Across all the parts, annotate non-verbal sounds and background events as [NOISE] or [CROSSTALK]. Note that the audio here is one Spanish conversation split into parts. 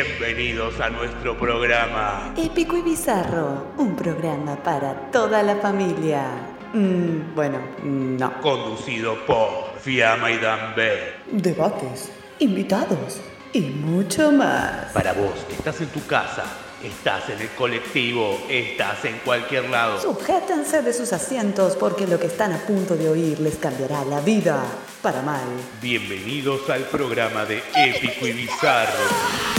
Bienvenidos a nuestro programa. Épico y bizarro, un programa para toda la familia. Mm, bueno, no. Conducido por Fiamma y Dambé. Debates, invitados y mucho más. Para vos, que estás en tu casa, estás en el colectivo, estás en cualquier lado. Sujétense de sus asientos porque lo que están a punto de oír les cambiará la vida para mal. Bienvenidos al programa de Épico y Bizarro.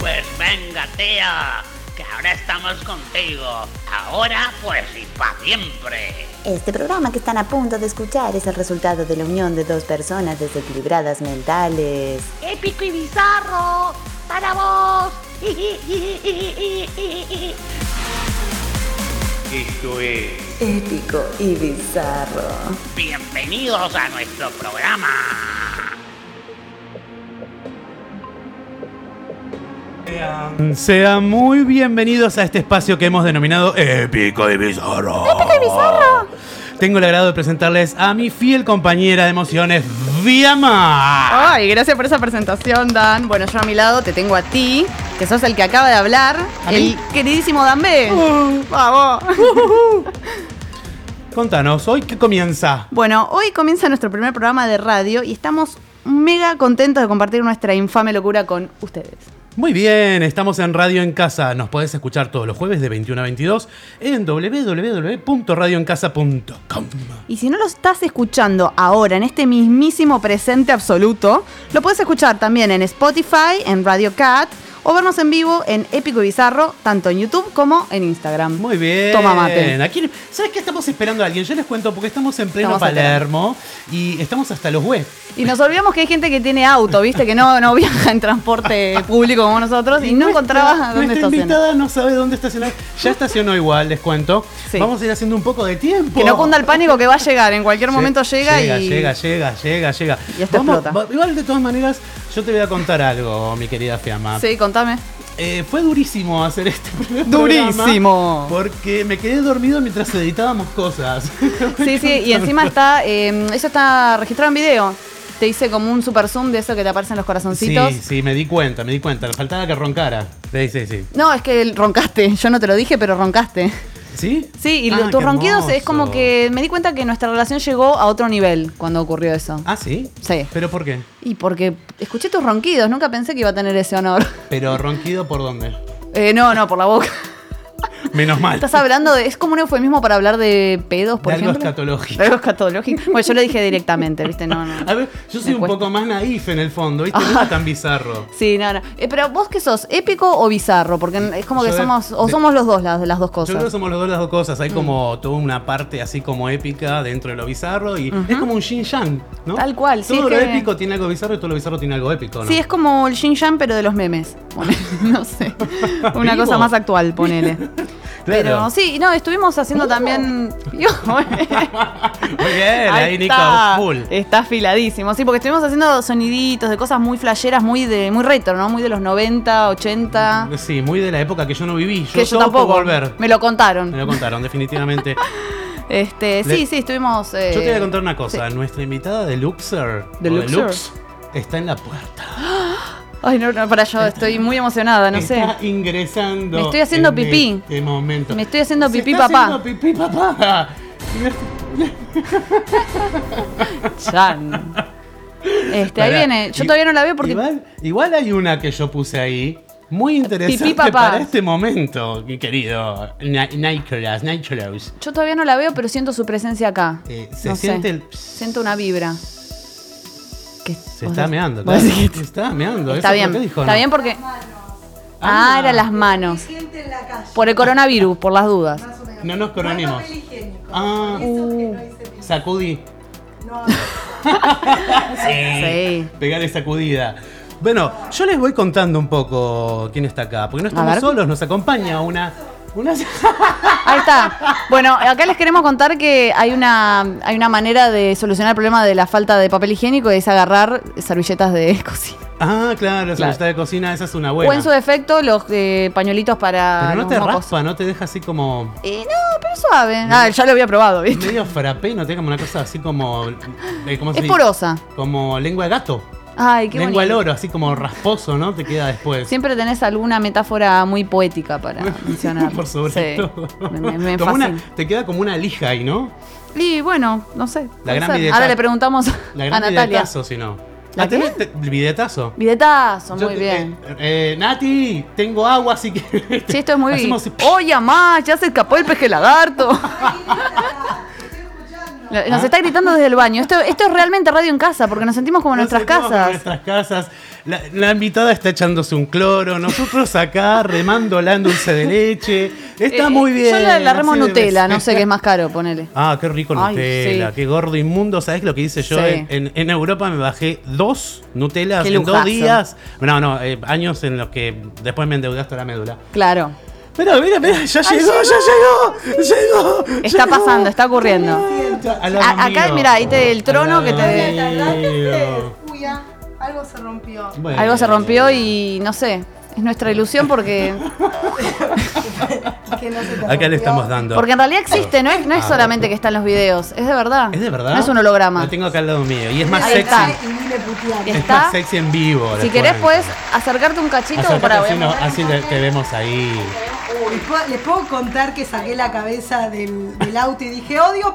Pues venga, tía, que ahora estamos contigo. Ahora, pues y para siempre. Este programa que están a punto de escuchar es el resultado de la unión de dos personas desequilibradas mentales. épico y bizarro para vos. Esto es Épico y bizarro. Bienvenidos a nuestro programa. Sean muy bienvenidos a este espacio que hemos denominado Épico y Bizarro. Tengo el agrado de presentarles a mi fiel compañera de emociones, Viama. Ay, gracias por esa presentación, Dan. Bueno, yo a mi lado te tengo a ti, que sos el que acaba de hablar, ¿A el mí? Uh, queridísimo Dan B. Vamos. Contanos, ¿hoy qué comienza? [LAUGHS] Bueno, hoy comienza nuestro primer programa de radio y estamos mega contentos de compartir nuestra infame locura con ustedes. Muy bien, estamos en Radio en Casa. Nos podés escuchar todos los jueves de 21 a 22 en www.radioencasa.com. Y si no lo estás escuchando ahora, en este mismísimo presente absoluto, lo puedes escuchar también en Spotify, en Radio Cat o vernos en vivo en Épico y Bizarro, tanto en YouTube como en Instagram. Muy bien. Toma mate. ¿A quién- ¿Sabes qué estamos esperando a alguien? Yo les cuento porque estamos en pleno Estamos Palermo y estamos hasta los web. Y nos olvidamos que hay gente que tiene auto, ¿viste? Que no, no viaja en transporte público como nosotros y, nuestra- no encontraba dónde Nuestra estacionar. invitada no sabe dónde estacionar. Ya estacionó igual, les cuento. Sí. Vamos a ir haciendo un poco de tiempo. Que no cunda el pánico que va a llegar, en cualquier Sí, momento llega, y... Llega, llega, llega, llega. Y esto Vamos- explota. va- igual, de todas maneras, yo te voy a contar algo, mi querida Fiamma. Sí, contame. Eh, fue durísimo hacer este primer Durísimo. programa porque me quedé dormido mientras editábamos [LAUGHS] cosas. Sí, sí, y encima está, eh, eso está registrado en video. Te hice como un super zoom de eso que te aparecen los corazoncitos. Sí, sí, me di cuenta, me di cuenta. Le faltaba que roncara. Sí, sí, sí. No, es que roncaste, yo no te lo dije, pero roncaste. ¿Sí? Sí, y Ah, lo- tus qué ronquidos es hermoso. como que me di cuenta que nuestra relación llegó a otro nivel cuando ocurrió eso. Ah, sí. Sí. ¿Pero por qué? Y porque escuché tus ronquidos, nunca pensé que iba a tener ese honor. ¿Pero ronquido por dónde? Eh, no, no, por la boca. [LAUGHS] Menos mal. Estás hablando de. Es como un eufemismo para hablar de pedos, por De algo ejemplo. escatológico. De algo escatológico. Bueno, yo lo dije directamente, ¿viste? No, A no. ver, yo soy Me un cuesta. poco más naif en el fondo, ¿viste? No es tan bizarro. Sí, no, no. Eh, pero vos qué sos, épico o bizarro, porque es como que Yo de- somos. O de- somos los dos las, las dos Yo creo que cosas. somos los dos las dos cosas. Mm. Hay como toda una parte así como épica dentro de lo bizarro y es como un yin yang, ¿no? Tal cual, sí, Todo es lo que- épico tiene algo bizarro y todo lo bizarro tiene algo épico, ¿no? Sí, es como el Jin Yang, pero de los memes. Ponele, [LAUGHS] [LAUGHS] no sé. Una Vivo. cosa más [LAUGHS] actual, ponele. Pero sí, no, estuvimos haciendo también. [LAUGHS] Muy bien, ahí, Nico, está. Eh. full. Está afiladísimo, sí, porque estuvimos haciendo soniditos de cosas muy flasheras, muy de muy retro, ¿no? Muy de los 90, 80. Sí, muy de la época que yo no viví. Yo, que yo solo puedo tampoco. volver. Me lo contaron. Me lo contaron, [LAUGHS] definitivamente. Este, Le- sí, sí, estuvimos. eh, Yo te voy a contar una cosa. Nuestra invitada de Luxor, ¿De o Luxor? Lux, está en la puerta. Ay, no, no, para [LAUGHS] yo estoy muy emocionada, no sé. Está ingresando. Me estoy haciendo en pipí. este momento. Me estoy haciendo Se pipí, está papá. haciendo pipí, papá. Chan. Este, ahí Pará, viene. Yo i- todavía no la veo porque. Igual, igual hay una que yo puse ahí. Muy interesante Pipí, papá. para este momento, mi querido Ni- Nicolas, Nicolas. Yo todavía no la veo, pero siento su presencia acá. Eh, se No sé. siente el- Siento una vibra. Que- Se vos está decís- meando, vos claro. decís que- Se está meando. Está ¿eso bien. por qué dijo, Está no? bien porque. Ah, Ah. eran las manos. Por el coronavirus, por las dudas. No nos coronemos. Ah, sacudí. [LAUGHS] Sí. Pegarle sacudida. Bueno, yo les voy contando un poco quién está acá, porque no estamos ver. solos, nos acompaña una. una... [LAUGHS] Ahí está. Bueno, acá les queremos contar que hay una, hay una manera de [LAUGHS] solucionar el problema de la falta de papel higiénico, es agarrar servilletas de cocina. Ah, claro, la Claro. servilleta de cocina, esa es una buena. O en su defecto, los eh, pañuelitos para. Pero no los te mocos. raspa, no te deja así como Y no, pero suave. Ah, ya lo había probado, ¿viste? medio frappé, no te deja como una cosa así como. eh, ¿cómo se Es dice? porosa. Como lengua de gato. Ay, qué lengua al bonito. oro, así como rasposo, ¿no? Te queda después. Siempre tenés alguna metáfora muy [LAUGHS] poética para mencionar. Por sobre Sí. todo. Me, me- me Como una- fascina. te queda como una lija ahí, ¿no? Y bueno, no sé. La gran puede ser. videta- Ahora le preguntamos La gran a Natalia. videtazo, si no. ¿La Ah, qué? tenés te- videtazo. Videtazo, Yo muy te- bien. eh, eh, Nati, tengo agua, así que. Sí, esto es muy bien. [LAUGHS] Hacemos- Oye, más, ya se escapó el peje lagarto. La- Nos Ah. está gritando desde el baño. Esto, esto es realmente radio en casa, porque nos sentimos como en Nos nuestras sentimos como en casas. nuestras casas. La, la invitada está echándose un cloro, nosotros [LAUGHS] acá remándola en dulce de leche. Está Eh, muy bien. Yo la, la remo así debe Nutella, ser. no sé qué es más caro, ponele. Ah, qué rico Ay, Nutella, sí. qué gordo inmundo. ¿Sabes lo que hice yo? Sí. En, en- en Europa me bajé dos Nutellas Qué en dos lujazo. días. No, no, eh, años en los que después me endeudaste la médula. Claro. Pero mira, mira, ya llegó, ya llegó, llegó. Está llegó. pasando, está ocurriendo. Al A- lado acá, mío. mirá, ahí te- el trono Al que te- lado mío. Uy, ya, algo se rompió. Bueno. Algo se rompió y no sé. Es nuestra ilusión [LAUGHS] porque. Que no se te Acá le rompió. estamos dando. Porque en realidad existe, no es, no es Ah, solamente que está en los videos, es de verdad. ¿Es de verdad? No es un holograma. Lo tengo acá al lado mío. Y es más Ahí sexy. está. está, Y ni le putearon. Es Está. más sexy en vivo. si después. querés, puedes acercarte un cachito Acercate para así, ver. no- así te, te vemos ahí. Uy, ¿les puedo- les puedo contar que saqué la cabeza del, del auto y dije, ¡Odio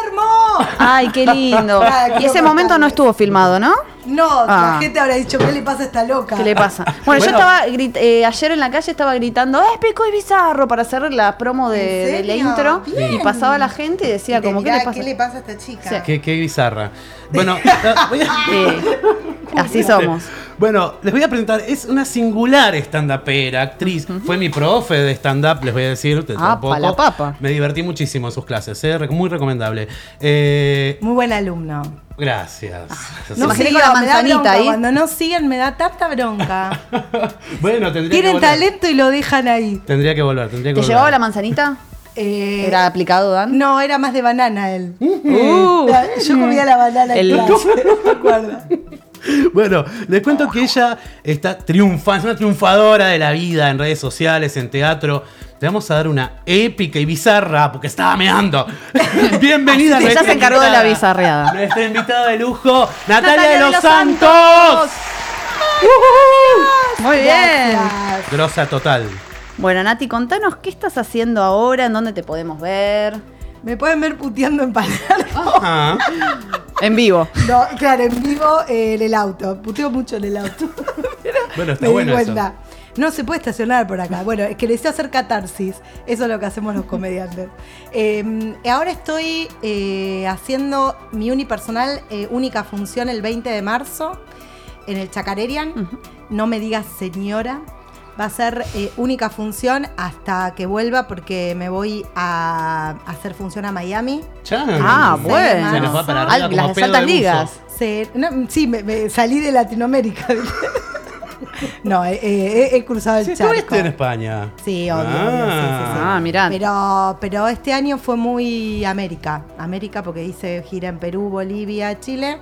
Palermo! Ay, [LAUGHS] qué lindo. Ah, quiero Y ese momento no contarles. estuvo filmado, ¿no? No, Ah. la gente habrá dicho, ¿qué le pasa a esta loca? ¿Qué le pasa? Bueno, yo Bueno. estaba grit- eh, ayer en la calle estaba gritando, ¡es pico y bizarro! para hacer la promo de, ¿En de la serio? intro. Bien. Y pasaba la gente y decía, Te como, ¿qué mirá, le pasa? pasa a esta chica? Sí. Qué, qué bizarra. [LAUGHS] Bueno, la- voy a- Sí. [LAUGHS] así somos. Bueno, les voy a presentar, es una singular stand-upera, actriz. Fue mi profe de stand-up, les voy a decir. te- Ah, pa' la papa. Me divertí muchísimo en sus clases, eh, re- muy recomendable. Eh, Muy buen alumno. gracias. Ah, Sí. No sé. imaginé con la me da manzanita bronca. ahí. Cuando no siguen me da tanta bronca. [LAUGHS] [LAUGHS] Bueno, tendría que Tienen volver. talento y lo dejan ahí. Tendría que volver, tendría que ¿Te volver. llevaba la manzanita? Eh, ¿Era aplicado, Dan? No, era más de banana él. Uh. La- yo comía la banana El- en clase, [LAUGHS] me acuerdo. [LAUGHS] Bueno, les cuento que ella está triunfando, es una triunfadora de la vida en redes sociales, en teatro. Te vamos a dar una épica y bizarra porque estaba [LAUGHS] meando. Bienvenida. Así que ya nuestra se encargó de la invitada. bizarreada. Nuestra invitada de lujo, Natalia, Natalia de los, Santos. Muy bien. Grosa total. Bueno, Nati, contanos qué estás haciendo ahora, en dónde te podemos ver. Me pueden ver puteando en Palermo. Oh. Ah, En vivo. No, claro, en vivo eh, en el auto. Puteo mucho en el auto. Bueno, está me bueno di eso. cuenta. No se puede estacionar por acá. Bueno, es que les hice hacer catarsis. Eso es lo que hacemos los comediantes. Eh, ahora estoy eh, haciendo mi unipersonal eh, única función el 20 de marzo en el Chacarerian. No me digas señora. Va a ser eh, única función hasta que vuelva porque me voy a hacer función a Miami. Chan. Ah, Sí, bueno. se nos va para arriba Al- como las pedo altas de buzo. ligas. Se- no, sí, me, me salí de Latinoamérica. [LAUGHS] no, eh, eh, he, he cruzado el Sí, charco. estuviste en España. Sí, obvio, obvio, sí, sí, sí. Ah, mirá. Pero, pero este año fue muy América. América porque hice gira en Perú, Bolivia, Chile.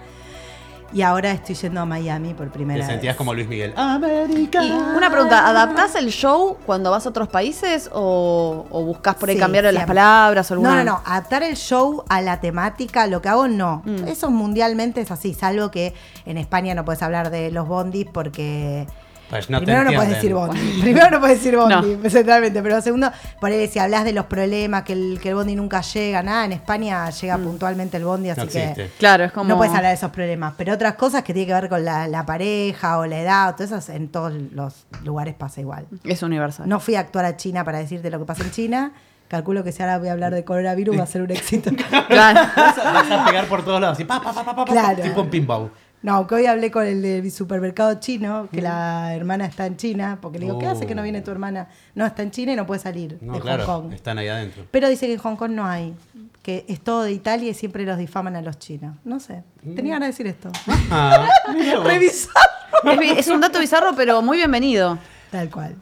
Y ahora estoy yendo a Miami por primera Te vez. sentías como Luis Miguel. Ah. América. Y una pregunta, ¿adaptás el show cuando vas a otros países o, o buscás por ahí Sí, cambiar las siempre. palabras o No, alguna? no, no. Adaptar el show a la temática, lo que hago no. Mm. Eso mundialmente es así, salvo que en España no puedes hablar de los bondis porque. Pues no te primero no puedes entienden. decir bondi. Primero no puedes [LAUGHS] decir bondi, centralmente. Pero segundo, por ahí si hablas de los problemas, que el, que el bondi nunca llega, nada. En España llega puntualmente el bondi, así No que. existe. Mm. Claro, es como. No puedes hablar de esos problemas, pero otras cosas que tienen que ver con la, la pareja o la edad, o todo eso en todos los lugares pasa igual. Es universal. No fui a actuar a China para decirte lo que pasa en China. Calculo que si ahora voy a hablar de coronavirus va a ser un éxito. [LAUGHS] [LAUGHS] Claro. Vas a, vas a pegar por todos lados. Así, pa, pa, pa, pa, pa, pa, Claro. Tipo un pinball. No, aunque hoy hablé con el del supermercado chino, que Mm. la hermana está en China, porque le digo, ¿qué hace que no viene Oh. tu hermana? No, está en China y no puede salir No, de claro. Hong Kong. Están ahí [LAUGHS] adentro. Pero dice que en Hong Kong no hay, que es todo de Italia y siempre los difaman a los chinos. No sé, Mm. tenía ganas de decir esto. Ah, mira vos. Revisar. Es, bi- es un dato bizarro, pero muy bienvenido. Tal cual.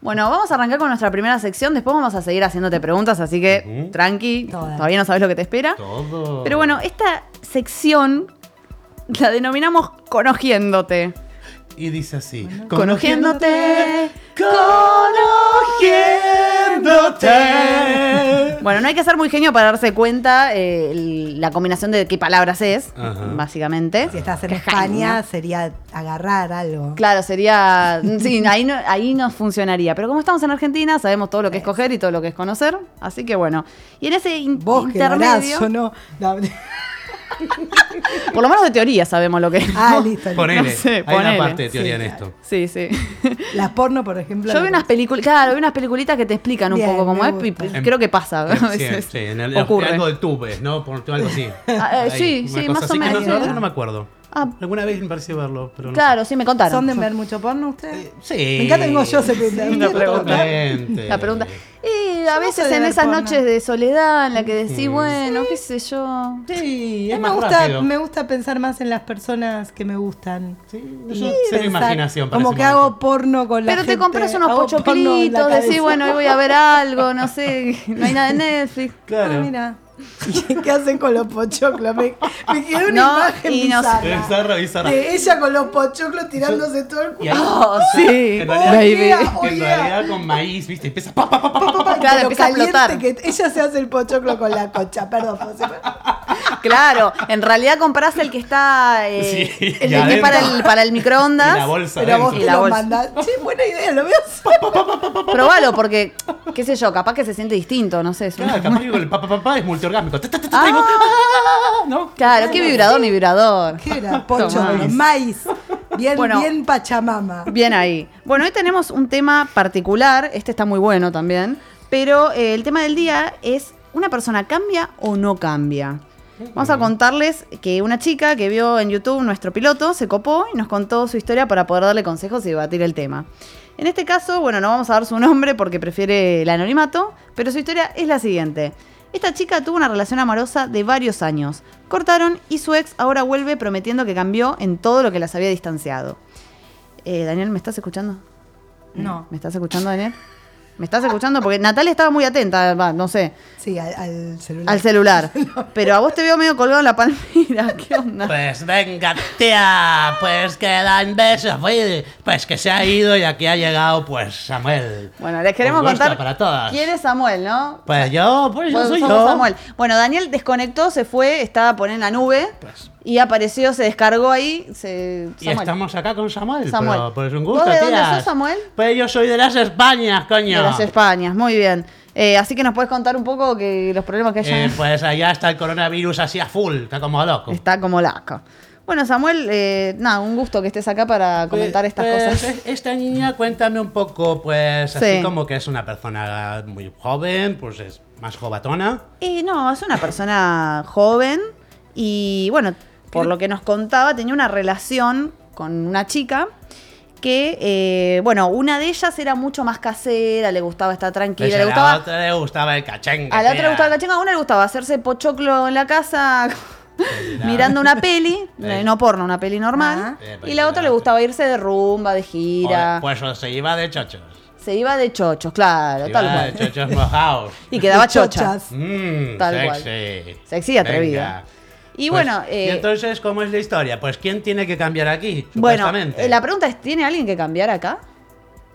Bueno, vamos a arrancar con nuestra primera sección. Después vamos a seguir haciéndote preguntas, así que tranqui, Todas. todavía no sabes lo que te espera. Todo. Pero bueno, esta sección la denominamos Conogiéndote. Y dice así. Conociéndote. Conociéndote. Bueno, no hay que ser muy genio para darse cuenta eh, el- la combinación de qué palabras es, Ajá. básicamente. Si estás en Qué España, genio. sería agarrar algo. Claro, sería. Sí, ahí no, ahí no funcionaría. Pero como estamos en Argentina, sabemos todo lo que es coger y todo lo que es conocer. Así que bueno. Y en ese in- Bosque, intermedio. brazo, no. [LAUGHS] No, Por lo menos de teoría sabemos lo que es. [LAUGHS] Ah, listo. listo. Ponele. No sé, Hay una ponele. parte de teoría Sí, en claro. esto. [LAUGHS] Sí, sí. Las porno, por ejemplo. Yo lo vi unas películas, claro, vi unas peliculitas que te explican un Bien, poco cómo me es y gusta. p- creo que pasa [LAUGHS] a Sí, veces. sí, en el- Ocurre. algo del tube, ¿no? Por- algo así. Ah, Ahí, eh, sí, una sí, cosa más o así que menos. No, ¿eh? no, no me acuerdo. Ah. Alguna vez me pareció verlo, pero no Claro, sí, me contaron. ¿Son de ver mucho porno ustedes? Sí. Me encanta cómo yo se pregunta. una pregunta. Totalmente. La pregunta. Y a no soy veces de en ver esas porno. noches de soledad en la que decís, Sí. bueno, qué sé yo. Sí, es me, más gusta, rápido. me gusta pensar más en las personas que me gustan. Sí, Y yo cero pensar imaginación para Como ese que momento. hago porno con la Pero te gente, compras unos hago porno en la pochoclitos, decís, cabeza. bueno, hoy [LAUGHS] voy a ver algo, no sé, [LAUGHS] no hay nada en Netflix. Ah, Claro. mira. ¿Qué hacen con los pochoclos? Me, me quedó una [LAUGHS] No, imagen y no bizarra. Es bizarro, bizarro. De ella con los pochoclos tirándose todo el culo. Y ahí- [LAUGHS] Oh, sí, en realidad- baby. yeah. En realidad con maíz, viste, empieza pa, pa, pa, pa, pa, pa. Claro, Lo empieza a caliente explotar. que ella se hace el pochoclo con la cocha. Perdón, José. Claro, en realidad compras el que está eh, Sí, el y que es para adentro. el, para el [LAUGHS] microondas. Y la bolsa Pero vos adentro. Y te la lo bolsa. mandás. Sí, buena idea, lo veo. Probalo, porque, qué sé yo, capaz que se siente distinto, no sé. es una- Claro, capaz que con el pa, pa, pa, pa es multiorgásmico. Ta, ta, ta, ta, ta, y vos- ¿No? Ah, Claro, qué vibrador ni vibrador. ¿Qué era? Pocho, Tomás. maíz. Bien, Bueno. bien pachamama. Bien ahí. Bueno, hoy tenemos un tema particular, este está muy bueno también, pero eh, el tema del día es, ¿una persona cambia o no cambia? Vamos a contarles que una chica que vio en YouTube nuestro piloto se copó y nos contó su historia para poder darle consejos y debatir el tema. En este caso, bueno, no vamos a dar su nombre porque prefiere el anonimato, pero su historia es la siguiente. Esta chica tuvo una relación amorosa de varios años. Cortaron y su ex ahora vuelve prometiendo que cambió en todo lo que las había distanciado. Eh, Daniel, ¿me estás escuchando? No. ¿Me estás escuchando, Daniel? ¿Me estás escuchando? Porque Natalia estaba muy atenta, va, no sé, Sí, al, al celular. [LAUGHS] al celular. Pero a vos te veo medio colgado en la palmira. [LAUGHS] ¿Qué onda? Pues venga, tía, pues que dan besos, pues, pues que se ha ido y aquí ha llegado, pues, Samuel. Bueno, les queremos Un gusto contar para todas. quién es Samuel, ¿no? Pues yo, pues yo Bueno, soy somos yo. Samuel. Bueno, Daniel desconectó, se fue, estaba por en la nube y apareció, se descargó ahí. Se... Pues. Y Samuel. estamos acá con Samuel. Samuel. Pero, pues un ¿Vos gusto, de dónde tías. sos, Samuel? Pues yo soy de las Españas, coño. De las Españas, muy bien. Eh, así que nos puedes contar un poco que los problemas que hay Eh, pues allá está el coronavirus así a full, está como loco. Está como laca. Bueno, Samuel, eh, nada, un gusto que estés acá para comentar Pues- estas pues, [LAUGHS] cosas. es- Esta niña, cuéntame un poco, pues, Sí. así como que es una persona muy joven, pues es más jovatona. Eh, no, es una persona joven y bueno, por lo que nos contaba, tenía una relación con una chica que, eh, bueno, una de ellas era mucho más casera, le gustaba estar tranquila, Pues le a la gustaba... otra le gustaba el cachengue. A la otra le tía. gustaba la chinga, a una le gustaba hacerse pochoclo en la casa mirando una [LAUGHS] peli, Eh. no porno, una peli normal, Ah. Eh, y la otra le mirá. gustaba irse de rumba, de gira, Joder, Pues o se iba de chochos. se iba de chochos, claro, Se tal iba cual. de chochos [LAUGHS] mojados. Y quedaba chocha. Chochas. Mmm, Tal sexy. cual. Sexy y atrevida. Venga. Y Pues, bueno, eh, ¿Y entonces cómo es la historia? Pues ¿quién tiene que cambiar aquí? bueno, supuestamente? eh, la pregunta es, ¿tiene alguien que cambiar acá?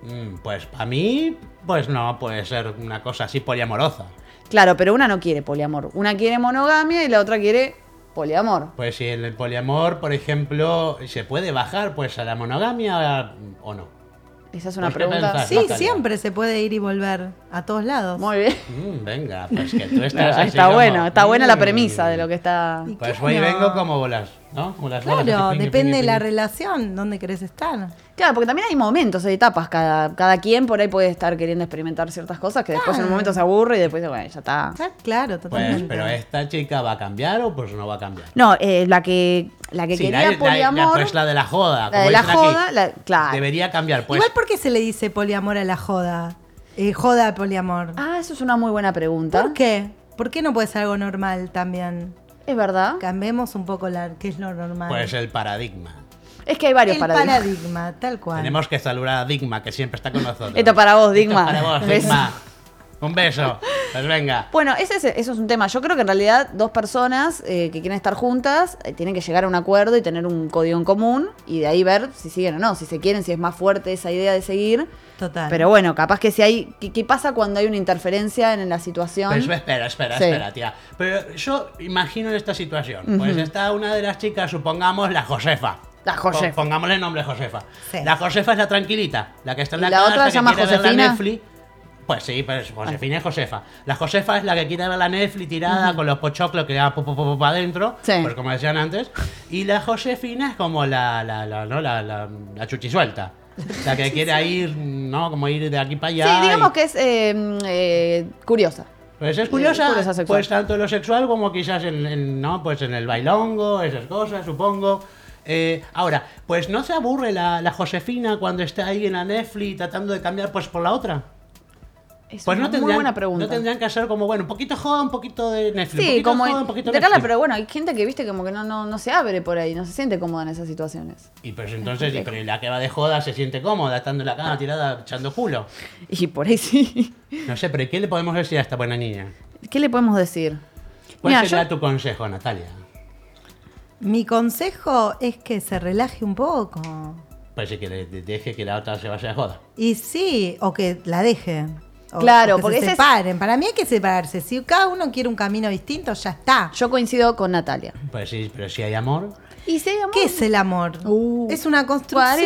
Mm, pues para mí, pues no puede ser una cosa así poliamorosa. Claro, pero una no quiere poliamor. Una quiere monogamia y la otra quiere poliamor. Pues si en el poliamor, por ejemplo, se puede bajar pues a la monogamia o no. Esa es una ¿Por qué pregunta. Mm, pensás? Sí, Natalia. siempre se puede ir y volver a todos lados. Muy bien. Mm, venga, pues que tú estás así [LAUGHS] Está como, bueno, está buena la mm, premisa de lo que está. Y Pues claro. voy y vengo como bolas, ¿no? Como las bolas, Claro, así, ping, depende ping, de la ping. relación, donde querés estar. Claro, porque también hay momentos, hay etapas. Cada, cada quien por ahí puede estar queriendo experimentar ciertas cosas que después en un momento se aburre y después, bueno, ya está. Ah, Claro, Pues, totalmente. pero esta chica va a cambiar o pues no va a cambiar. No, eh, la que, la que Sí, quería poliamor. pues la de la joda. la como de la dicen joda, aquí. la- claro. Debería cambiar, pues. Igual, ¿por qué se le dice poliamor a la joda? Eh, joda a poliamor. Ah, eso es una muy buena pregunta. ¿Por qué? ¿Por qué no puede ser algo normal también? Es verdad. Cambiemos un poco la, qué es lo normal. Pues el paradigma. Es que hay varios el paradigmas. paradigma, tal cual. Tenemos que saludar a Digma, que siempre está con nosotros. Esto para vos, Digma. Esto para vos, Beso. Digma. Un beso. Pues venga. Bueno, ese es, eso es un tema. Yo creo que en realidad dos personas eh, que quieren estar juntas eh, tienen que llegar a un acuerdo y tener un código en común y de ahí ver si siguen o no, si se quieren, si es más fuerte esa idea de seguir. Total. Pero bueno, capaz que si hay... ¿Qué, qué pasa cuando hay una interferencia en la situación? Pero Pues espera, espera, Sí. espera, tía. Pero yo imagino en esta situación. Pues está una de las chicas, supongamos la Josefa. La Josefa. Po- Pongámosle el nombre Josefa. Sí. La Josefa es la tranquilita, la que está en ¿Y la, la casa, otra se que llama quiere ver la Josefina? Netflix. Pues sí, pues Josefina es Josefa. La Josefa es la que quiere ver la Netflix tirada con los pochoclos que va para adentro, Sí. pues como decían antes. Y la Josefina es como la, la, la, ¿no? la, la, la chuchisuelta. La que quiere ir, ¿no? Como ir de aquí para allá. sí, digamos y- que es eh, eh, curiosa. pues es curiosa, Eh, curiosa sexual. pues tanto en lo sexual como quizás en, en- no, pues en el bailongo, esas cosas, supongo. Eh, ahora, pues no se aburre la, la Josefina cuando está ahí en la Netflix tratando de cambiar pues por la otra. Es Pues una no tendrían, muy buena pregunta. no tendrían que hacer como, bueno, un poquito joda, un poquito de Netflix. un Sí, poquito como joda, un poquito de cala, Netflix. pero bueno, hay gente que viste como que no, no, no se abre por ahí, no se siente cómoda en esas situaciones. Y pues entonces, y, pero y la que va de joda se siente cómoda, estando en la cama tirada, echando culo. Y por ahí sí. No sé, pero ¿qué le podemos decir a esta buena niña? ¿Qué le podemos decir? ¿Cuál Mira, sería yo- tu consejo, Natalia? Mi consejo es que se relaje un poco. Parece que le- le- deje que la otra se vaya de joda. Y sí, o que la dejen. O- Claro, o que porque se ese es- separen. Para mí hay que separarse. Si cada uno quiere un camino distinto, ya está. Yo coincido con Natalia. Pues sí, pero si hay amor, ¿Y si hay amor? ¿Qué es el amor? Uh. es What una is love,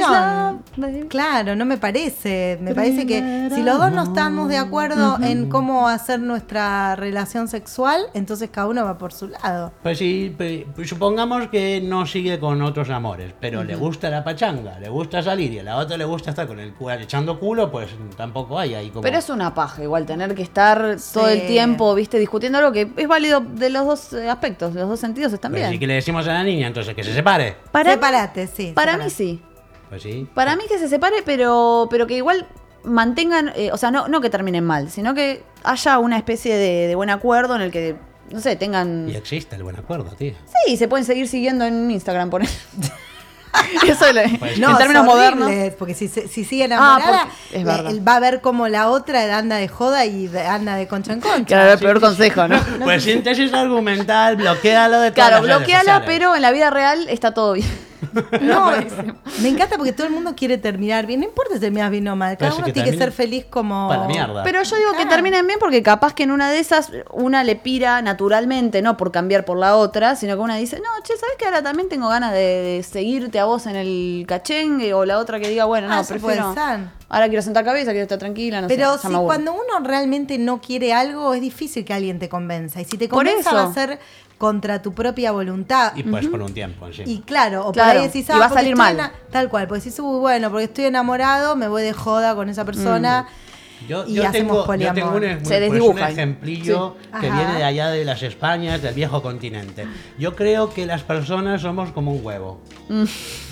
construcción. baby? Claro, no me parece. Me parece que si los dos no estamos de acuerdo en cómo hacer nuestra relación sexual, entonces cada uno va por su lado. Pues sí, pe- pues supongamos que no sigue con otros amores, pero le gusta la pachanga, le gusta salir y a la otra le gusta estar con el cu- echando culo, pues tampoco hay ahí como. Pero es una paja igual tener que estar todo Sí. el tiempo, viste, discutiendo algo que es válido de los dos eh, aspectos, de los dos sentidos están Pues sí bien. que le decimos a la niña, entonces que se separe. Para mí- Separate, sí. para separate. mí sí. Pues sí. Para mí que se separe, pero, pero que igual mantengan, eh, o sea, no, no que terminen mal, sino que haya una especie de, de buen acuerdo en el que, no sé, tengan... Y existe el buen acuerdo, tío. Sí, se pueden seguir siguiendo en Instagram, por [LAUGHS] Eso es lo- Pues en No, términos es horrible, modernos. Porque si, se- si sigue enamorada, Ah, porque- es la- verdad. él va a ver como la otra anda de joda y de- anda de concha en concha. Claro, el peor consejo, ¿no? Pues síntesis argumental, bloquealo de todas Claro, las redes bloqueala, sociales. pero en la vida real está todo bien. No, [LAUGHS] me encanta porque todo el mundo quiere terminar bien. No importa si terminas bien o mal. Cada Parece uno que tiene que termine ser feliz como. Para la mierda. Pero yo digo que terminen bien porque capaz que en una de esas una le pira naturalmente, no por cambiar por la otra, sino que una dice, no, che, ¿sabes que ahora también tengo ganas de, de seguirte a vos en el cachengue? O la otra que diga, bueno, no, Ah, eso prefiero... puede ser. Ahora quiero sentar cabeza, quiero estar tranquila, no Pero sé. ya si me aburro". cuando uno realmente no quiere algo, es difícil que alguien te convenza. Y si te Por convenza, eso. va a ser contra tu propia voluntad. Y pues por un tiempo, sí. Y claro, o por Claro, ahí decís, y ah, va a porque salir estoy mal. ena- Tal cual, pues decís, uy, bueno, porque estoy enamorado, me voy de joda con esa persona. Mm. Yo, y yo hacemos tengo, yo tengo poliamor. un, ej- Se pues, desdibuja un ahí. ejemplillo Sí. que Ajá. viene de allá de las Españas, del viejo continente. Yo creo que las personas somos como un huevo. Mm.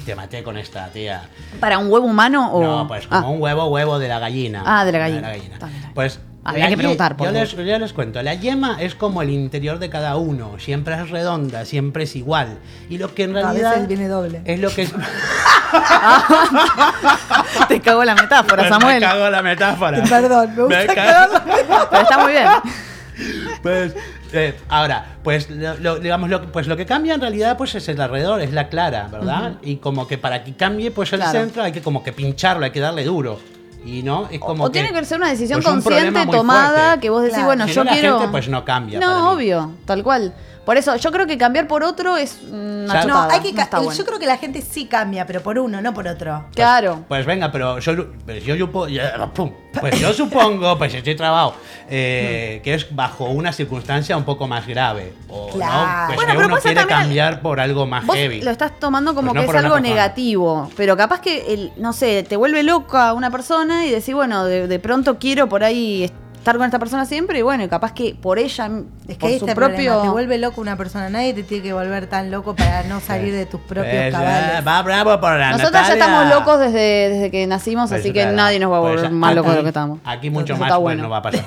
Te maté con esta, tía. ¿Para un huevo humano Oh. o...? No, pues como Ah. un huevo, huevo de la gallina. Ah, de la gallina. Está bien, está bien. Pues. Había la que ye- preguntar, por Yo favor. les, yo les cuento, la yema es como el interior de cada uno, siempre es redonda, siempre es igual. Y lo que en No, a realidad veces viene doble. es lo que es... Ah, [LAUGHS] Te cago la [LAUGHS] metáfora, Me Samuel. cago en la metáfora. Perdón, me gusta cago- Pero está muy bien. Pues, eh, ahora, pues lo, lo- digamos, lo, que- pues lo que cambia en realidad pues es el alrededor, es la clara, ¿verdad? Y como que para que cambie pues el Claro. centro hay que como que pincharlo, hay que darle duro. Y no, es como o tiene que ser una decisión pues, un consciente problema muy tomada fuerte. Pues, que vos decís, Claro. bueno, Si yo no, la quiero. gente, pues, no cambia para mí. No, obvio, tal cual. Por eso, yo creo que cambiar por otro es una Claro. No, chotada, hay que no ca- está el- bueno. yo creo que la gente sí cambia, pero por uno, no por otro. Claro. Pues venga, pero yo, pues yo, yo po- ya, pum. pues yo supongo, pues estoy trabado, eh, que es bajo una circunstancia un poco más grave. O Claro. no, pues Bueno, que pero uno pasa quiere también al- cambiar por algo más Vos heavy. lo estás tomando como Pues no que por es una algo persona. negativo, pero capaz que, el, no sé, te vuelve loca una persona y decís, bueno, de, de pronto quiero por ahí estar con esta persona siempre y bueno, y capaz que por ella, Es que por ahí su está el propio... problema, Te vuelve loco una persona. Nadie te tiene que volver tan loco para no salir de tus propios Pues, cabales. ah, va bravo por la Nosotros ya Natalia. estamos locos desde, desde que nacimos, Pues, así que claro, nadie nos va a pues, volver a- más locos de aquí- lo que estamos. Aquí mucho Eso más está pues, bueno. no va a [LAUGHS] pasar.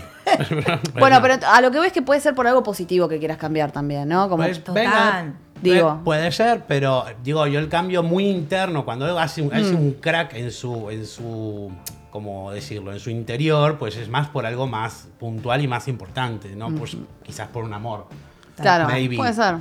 Bueno, pero a lo que ves que puede ser por algo positivo que quieras cambiar también, ¿no? Como Pues, Total. venga, Digo. pu- Pues Puede ser, Mm. pero digo, yo el cambio muy interno, cuando él hace un, hace un crack en su, en su como decirlo, en su interior, pues es más por algo más puntual y más importante, ¿no? Pues quizás por un amor. Claro, Maybe. puede ser.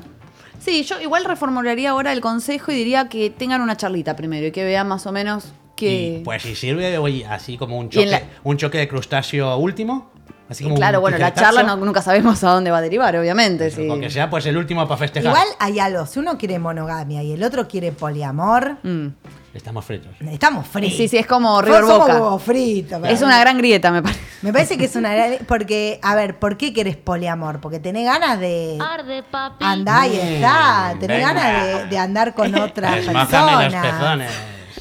Sí, yo igual reformularía ahora el consejo y diría que tengan una charlita primero y que vean más o menos que... Y, pues si sirve, oye, así como un Y en choque, la- un choque de crustáceo último. Así como claro, un bueno, la tijeretazo, charla no- nunca sabemos a dónde va a derivar, obviamente. sí. Aunque sea pues el último para festejar. Igual hay algo, si uno quiere monogamia y el otro quiere poliamor, Mm. Estamos fritos. estamos fritos. Sí, sí, es como Somos River Boca. huevos fritos, Es pero- una gran grieta, me parece. Me parece que es una gran- Porque, a ver, ¿por qué querés poliamor? Porque tenés ganas de Arde, papi. andar y estar. Tenés venga. ganas de, de andar [LAUGHS] con otra Desmázame los persona. pezones.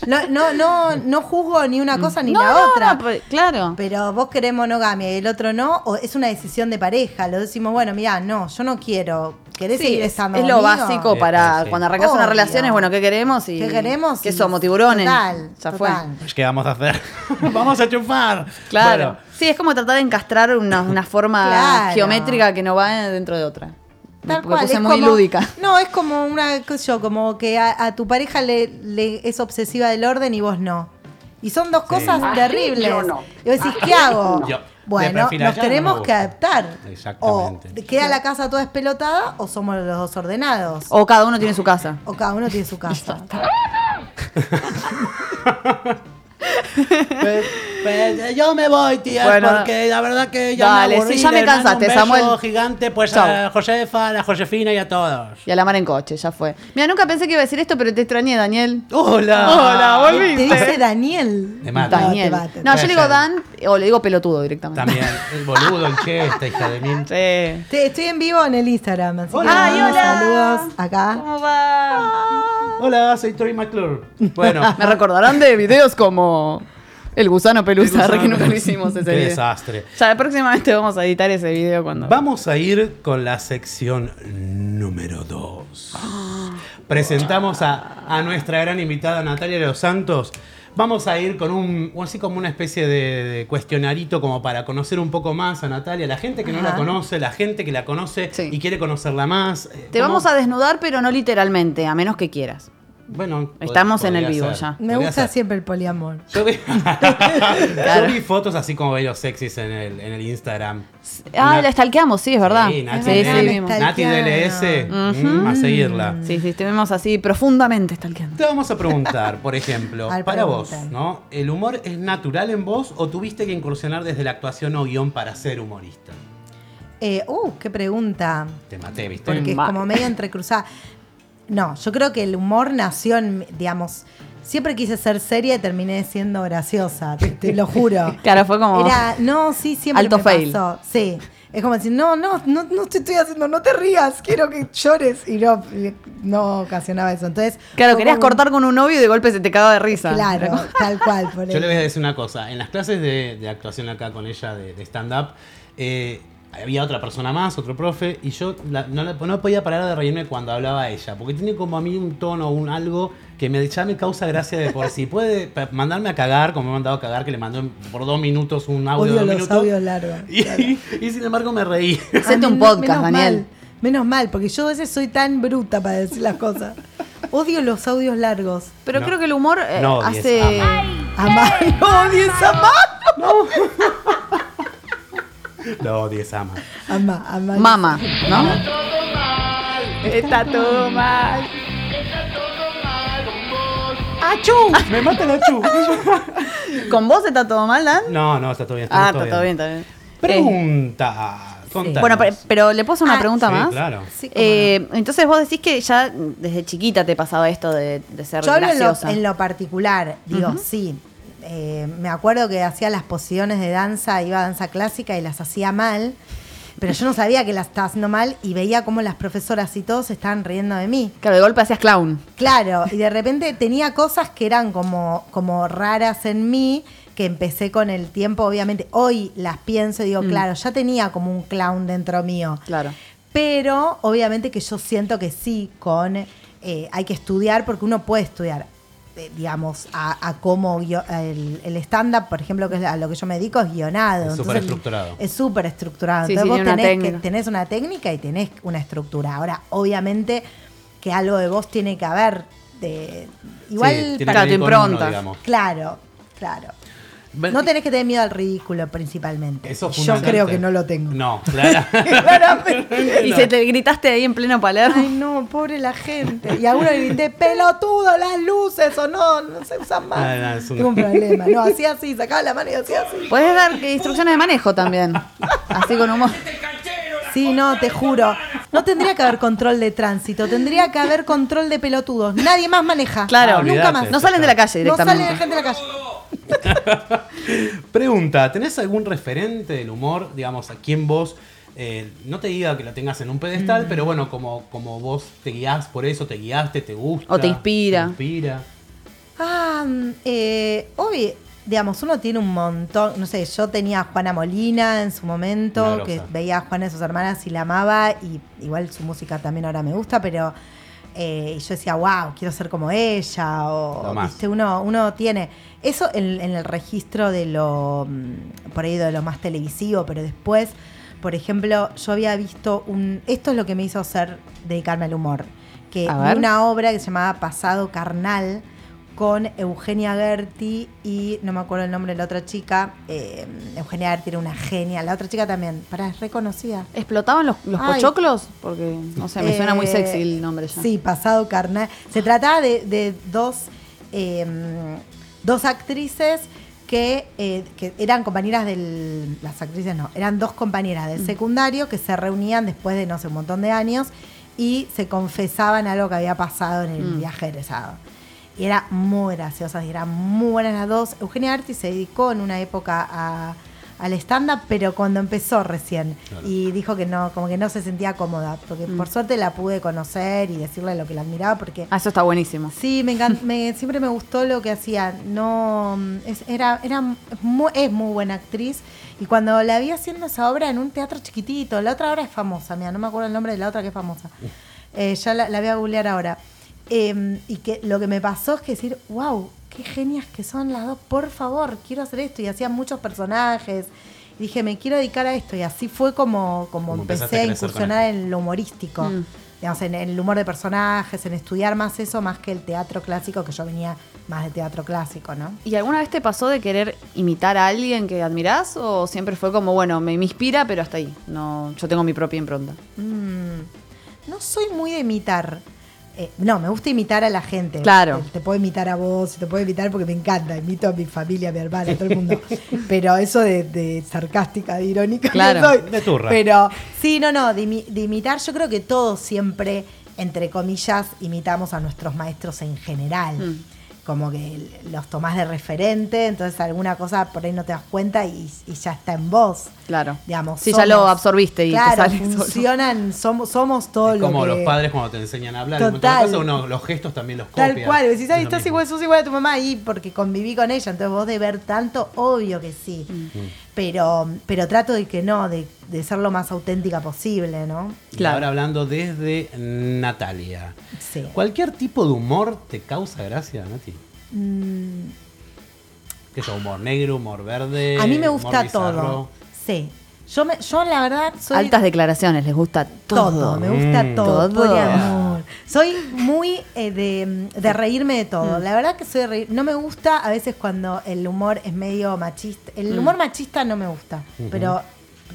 No, no, no, no juzgo ni una cosa ni No, la no, otra. no, pues, claro. Pero vos querés monogamia y el otro no, o es una decisión de pareja. Lo decimos, bueno, mirá, no, yo no quiero. ¿Querés Sí, seguir es, estando es lo conmigo? básico Sí, para Este, sí. cuando arrancas una Obvio. relación es bueno, ¿qué queremos? Y, ¿Qué queremos? ¿Qué Y- somos? ¿Tiburones? Total, ya total. fue. Pues qué vamos a hacer. [LAUGHS] vamos a chupar. Claro. Bueno, Sí, es como tratar de encastrar una, una forma [LAUGHS] Claro. geométrica que no va dentro de otra. Me- Tal me cual, puse es muy como- lúdica. [LAUGHS] No, es como una, qué sé yo, como que a, a tu pareja le, le es obsesiva del orden y vos no. Y son dos cosas terribles. Y vos decís, ¿qué hago? Yo, de bueno, perfil nos allá no me tenemos gusta. que adaptar. Exactamente. O queda la casa toda espelotada o somos los dos ordenados. O, O cada uno tiene su casa. cada uno tiene su casa. [LAUGHS] pues- pues, yo me voy, tía, Bueno. porque la verdad que ya Dale, me aburrí. sí, ya me Les mando cansaste, un beso Samuel. gigante pues Chao. a Josefa, a la Josefina y a todos. Y a la mar en coche, ya fue. Mira, nunca pensé que iba a decir esto, pero te extrañé, Daniel. Hola. Hola, volví. Te dice Daniel. Me mata. Daniel. No, te mata. No, yo Puede le digo ser. Dan o le digo pelotudo directamente. También, el boludo, el che, esta hija de mil. Sí. Te- estoy en vivo en el Instagram. Así que Hola. te mando Ay, hola. Saludos acá. Hola, soy Tori McClure. Bueno, [LAUGHS] Me recordarán de videos como El gusano pelusa, re que nunca lo hicimos ese qué video. desastre. Ya, próximamente vamos a editar ese video cuando. Vamos a ir con la sección número 2. Presentamos a, a nuestra gran invitada Natalia de los Santos. Vamos a ir con un, así como una especie de, de cuestionarito como para conocer un poco más a Natalia, la gente que no la conoce, la gente que la conoce Sí. y quiere conocerla más. Eh, Te ¿cómo? vamos a desnudar, pero no literalmente, a menos que quieras. Bueno, pod- Estamos en el podría vivo ya. Me Podría gusta ser. siempre el poliamor. Yo vi, [LAUGHS] Claro. yo vi fotos así como bellos sexys en el, en el Instagram. Ah, Una- la stalkeamos, sí, es verdad. Sí, Nati, sí, DL- sí, DL- vimos. Nati DLS. mm, a seguirla. Sí, sí, estuvimos así profundamente stalkeando. Te vamos a preguntar, por [LAUGHS] ejemplo, Ay, para pregunta. vos, ¿no? ¿El humor es natural en vos o tuviste que incursionar desde la actuación o guión para ser humorista? Eh, uh, qué pregunta. Te maté, ¿viste? Porque es Mal. como medio entrecruzada. No, yo creo que el humor nació en, digamos, siempre quise ser seria y terminé siendo graciosa, te, te lo juro. [LAUGHS] Claro, fue como. Era, no, sí, siempre Alto me fail. pasó. Sí. Es como decir, no, no, no, no te estoy haciendo, no te rías, quiero que llores. Y no, no ocasionaba eso. Entonces. Claro, fue querías como un- cortar con un novio y de golpe se te cagaba de risa. Era Claro, como- tal cual. [LAUGHS] Por Yo le voy a ahí. decir una cosa. En las clases de, de actuación acá con ella, de, de stand-up, eh, había otra persona más, otro profe, y yo la- no, la- no podía parar de reírme cuando hablaba ella, porque tiene como a mí un tono, un algo que me, ya me causa gracia de por si puede pa- mandarme a cagar, como me ha mandado a cagar, que le mandó en- por dos minutos un audio de Odio dos los minutos. audios largos. Y, y sin embargo me reí. Hacete Ah, un menos- podcast, menos Daniel. mal, menos mal, porque yo a veces soy tan bruta para decir las cosas. Odio los audios largos. Pero No. creo que el humor eh, No odies, hace. Amar, no odio esa ma- Lo odio, Sama. [LAUGHS] Ama, ama. Mama, ¿no? Está todo mal. ¡Me mata la chu! Ah, [LAUGHS] ¿Con vos está todo mal, Dan? No, no, está todo bien. Ah, estamos está todo bien, está bien. Eh, Pregunta. contanos. bueno, pero, pero le puedo hacer una pregunta sí, más. claro. Ah, Sí, cómo Eh, entonces vos decís que ya desde chiquita te pasaba esto de, de ser no. yo hablo en lo, graciosa. en lo particular, digo, sí. Eh, me acuerdo que hacía las posiciones de danza, iba a danza clásica y las hacía mal, pero yo no sabía que las estaba haciendo mal y veía cómo las profesoras y todos estaban riendo de mí. Claro, de golpe hacías clown. Claro, y de repente tenía cosas que eran como, como raras en mí, que empecé con el tiempo, obviamente. Hoy las pienso y digo, claro, ya tenía como un clown dentro mío. Mm. Claro. Pero obviamente que yo siento que sí, con eh, hay que estudiar porque uno puede estudiar, eh, digamos, a, a cómo guio- el, el stand-up, por ejemplo, que es a lo que yo me dedico, es Es guionado. súper Entonces, estructurado. Es súper estructurado. Sí, Entonces sí, vos tiene una tenés que, técnica. tenés una técnica y tenés una estructura. Ahora, obviamente que algo de vos tiene que haber. De, igual, Sí, tiene para- Claro, que ver tu con uno, impronta. digamos. claro, claro. No tenés que tener miedo al ridículo, principalmente. Eso es Yo creo fundamental. que no lo tengo. No, claro. [LAUGHS] Claramente. Y se te gritaste ahí en pleno Palermo. Ay, no, pobre la gente. Y a uno le grité, pelotudo, las luces o no, no se usan más. Ah, no, es un- Tengo un problema. No, hacía así, sacaba la mano y hacía así. Puedes dar que- instrucciones de manejo también. Así con humor. Sí, no, te juro. No tendría que haber control de tránsito, tendría que haber control de pelotudos. Nadie más maneja. Claro. Ah, nunca olvídate. más. No salen de la calle No sale directamente. la gente de la calle. [LAUGHS] Pregunta, ¿tenés algún referente del humor, digamos, a quien vos, eh, no te diga que lo tengas en un Mm. pedestal, pero bueno, como, como vos te guiás por eso, te guiaste, te gusta. O te inspira. Te inspira. Ah, mm, eh, obvio, digamos, uno tiene un montón. No sé, yo tenía a Juana Molina en su momento, Una grosa. que veía a Juana y sus hermanas y la amaba, y igual su música también ahora me gusta, pero eh, y yo decía, wow, quiero ser como ella, Lo o más. viste, este, uno, uno tiene. Eso en, en el registro de lo, mm, por ahí de lo más televisivo, pero después, por ejemplo, yo había visto un, esto es lo que me hizo ser, dedicarme al humor, que A vi ver. una obra que se llamaba Pasado Carnal con Eugenia Gerti y no me acuerdo el nombre de la otra chica. eh, Eugenia Gerti era una genia. La otra chica también, para es reconocida. ¿Explotaban los, los Ay. pochoclos? Porque, no sé, me suena muy Eh, sexy el nombre ya. Sí, pasado carnal. Se trataba de, de dos, eh, dos actrices que, eh, que eran compañeras del. Las actrices no, eran dos compañeras Mm. del secundario que se reunían después de no sé un montón de años y se confesaban algo que había pasado en el Mm. viaje egresado. Y era muy graciosa, y eran muy buenas las dos. Eugenia Arti se dedicó en una época a- al stand-up, pero cuando empezó recién. Y dijo que no, como que no se sentía cómoda. Porque por suerte la pude conocer y decirle lo que la admiraba, porque Ah, eso está buenísimo. sí, me encanta, me, siempre me gustó lo que hacía. No, mm, es, era, era muy, es muy buena actriz. Y cuando la vi haciendo esa obra en un teatro chiquitito, la otra obra es famosa, mira, no me acuerdo el nombre de la otra que es famosa. Eh, ya la, la voy a googlear ahora. Eh, y que lo que me pasó es que decir, wow, qué genias que son las dos, por favor, quiero hacer esto. Y hacían muchos personajes. Y dije, me quiero dedicar a esto. Y así fue como, como Como empezaste empecé a crecer con a incursionar en lo humorístico. Digamos, en, en el humor de personajes, en estudiar más eso, más que el teatro clásico, que yo venía más de teatro clásico, ¿no? ¿Y alguna vez te pasó de querer imitar a alguien que admirás? ¿O siempre fue como, bueno, me, me inspira, pero hasta ahí? No, yo tengo mi propia impronta. Mm, no soy muy de imitar. Eh, no, me gusta imitar a la gente. Claro. Te, te puedo imitar a vos, te puedo imitar porque me encanta. Imito a mi familia, a mi hermana, a [LAUGHS] todo el mundo. Pero eso de, de sarcástica, de irónica, no Claro. soy. De turra. Pero sí, no, no, de, imi- de imitar, yo creo que todos siempre, entre comillas, imitamos a nuestros maestros en general. Mm. Como que los tomás de referente, entonces alguna cosa por ahí no te das cuenta y, y ya está en vos Claro. digamos. Sí, ya lo absorbiste y te claro, sale [LAUGHS] solo. funcionan, somos, somos todo Es lo como que- los padres cuando te enseñan a hablar. En Total. todo caso, uno, los gestos también los copian. Tal cual, decís, ay, Es lo estás mismo. igual, sos igual a tu mamá y porque conviví con ella, entonces vos de ver tanto, obvio que sí. Mm. Pero, pero trato de que no, de, de ser lo más auténtica posible, ¿no? Y Claro. Ahora hablando desde Natalia. Sí. ¿Cualquier tipo de humor te causa gracia, Nati? Mm, Que sea humor negro, humor verde. a mí me humor gusta bizarro. todo. Sí. Yo, me, yo la verdad soy... Altas declaraciones, les gusta todo. todo. me gusta Mm. todo. Todo. poliamor. Soy muy eh, de, de reírme de todo. Mm. La verdad que soy de reír. No me gusta a veces cuando el humor es medio machista. Mm. El humor machista no me gusta, pero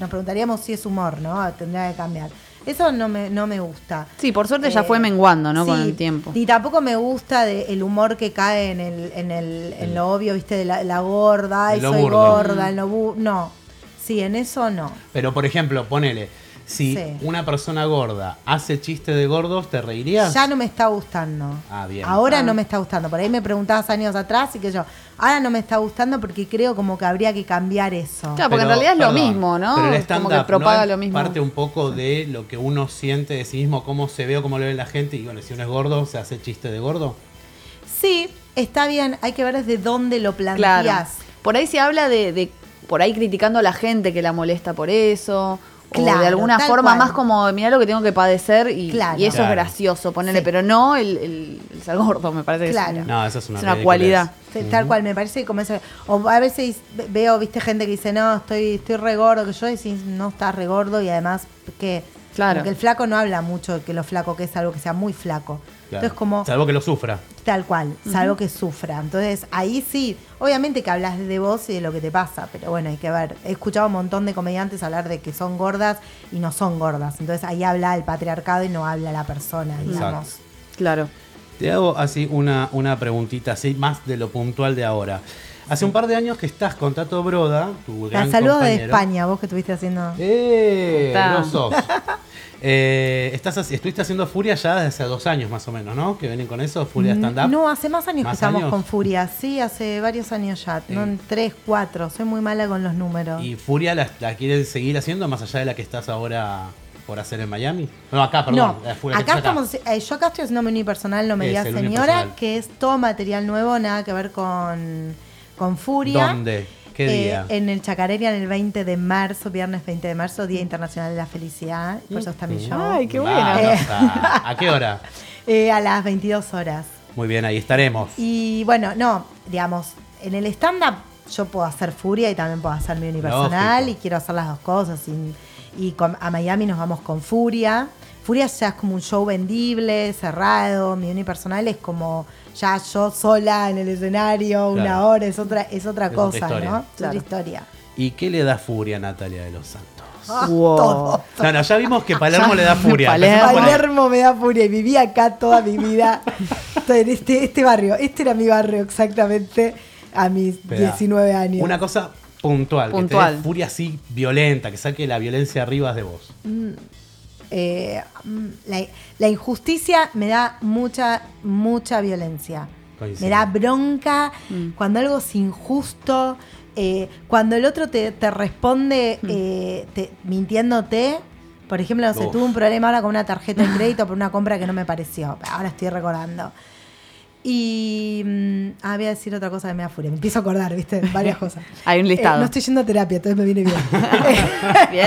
nos preguntaríamos si es humor, ¿no? Tendría que cambiar. Eso no me, no me gusta. Sí, por suerte ya Eh, fue menguando, ¿no? Con sí, el tiempo. Y tampoco me gusta de- el humor que cae en, el, en, el, en lo obvio, ¿viste? De la, la gorda, En y lo soy burdo. gorda, en lo bu- No. Sí, en eso no. Pero, por ejemplo, ponele, si Sí. una persona gorda hace chiste de gordos, ¿te reirías? Ya no me está gustando. Ah, bien. Ahora Ah. no me está gustando. Por ahí me preguntabas años atrás y que yo, ahora no me está gustando porque creo como que habría que cambiar eso. Claro, porque en realidad es lo mismo, ¿no? Pero el Es como stand-up, que propaga ¿no? lo Es mismo. parte un poco de lo que uno siente de sí mismo, cómo se ve o cómo lo ve la gente. Y bueno, si uno es gordo, ¿se hace chiste de gordo? Sí, está bien, hay que ver desde dónde lo planteas. Claro. Por ahí se habla de, de- por ahí criticando a la gente que la molesta por eso. o Claro, de alguna tal forma cual. más como, mirá lo que tengo que padecer y, Claro. y eso Claro. es gracioso, ponerle, Sí. pero no el, el- el ser gordo, me parece que Claro. es una, No, esa es una es una ridiculez. cualidad. Sí, Tal cual, me parece como eso. O a veces veo, viste, gente que dice, no, estoy, estoy re gordo, que yo decís, no estás re gordo y además que Claro. como que el flaco no habla mucho de que lo flaco que es algo que sea muy flaco. Entonces, como Salvo que lo sufra. tal cual, salvo que sufra. Entonces, ahí sí, obviamente que hablas de vos y de lo que te pasa, pero bueno, hay que ver. He escuchado un montón de comediantes hablar de que son gordas y no son gordas. Entonces, ahí habla el patriarcado y no habla la persona, digamos. Claro. Te hago así una, una preguntita, así más de lo puntual de ahora. Hace un par de años que estás con Tato Broda, tu La gran saludo de compañero. España, vos que estuviste haciendo. ¡Eh! Está. no sos. [LAUGHS] Eh, estás, haci- estuviste haciendo Furia ya desde hace dos años más o menos, ¿no? Que vienen con eso, Furia Stand-Up. No, hace más años que ¿Más estamos años? con Furia, sí, hace varios años ya, no, en tres, cuatro, soy muy mala con los números. ¿Y Furia la, la quieres seguir haciendo más allá de la que estás ahora por hacer en Miami? No, acá, perdón. no, la Furia que acá estás estamos, eh, yo acá estoy haciendo mi unipersonal, no me Es digas el señora, unipersonal. que es todo material nuevo, nada que ver con, con Furia. ¿Dónde? ¿Qué Eh, día? en el Chacarería, en el 20 de marzo, viernes 20 de marzo, Día Internacional de la Felicidad, por eso está Mm. mi show. Ay, Ah, qué bueno. Vamos Eh. a, ¿A qué hora? [LAUGHS] Eh, a las 22 horas. Muy bien, ahí estaremos. Y bueno, no, digamos, en el stand-up yo puedo hacer furia y también puedo hacer mi unipersonal Lógico. y quiero hacer las dos cosas. Y, y con- a Miami nos vamos con furia. Furia ya es como un show vendible, cerrado. Mi unipersonal es como ya yo sola en el escenario, una Claro. hora, es otra, es otra Es otra cosa, historia. ¿no? Es Claro. otra historia. ¿Y qué le da Furia a Natalia de los Santos? Wow. Todo. No, no, ya vimos [LAUGHS] que Palermo Ya, le da Furia. Palermo. Empecemos por ahí. Palermo me da furia y viví acá toda [LAUGHS] mi vida. Estoy en este, este barrio, este era mi barrio exactamente a mis Espera, 19 años. Una cosa puntual, que te Puntual. dé furia así violenta, que saque la violencia arriba de vos. Eh, mm, la, la injusticia me da mucha, mucha violencia. Coincido. Me da bronca Mm. cuando algo es injusto, eh, cuando el otro te, te responde Mm. eh, te- mintiéndote. Por ejemplo, no sé, Uf. tuve un problema ahora con una tarjeta de crédito por una compra que no me pareció. Ahora estoy recordando. Y. mm, ah, voy a decir otra cosa que me da furia. Me empiezo a acordar, ¿viste? [LAUGHS] Varias cosas. Hay un Eh, listado. no estoy yendo a terapia, entonces me viene bien. [LAUGHS] Bien.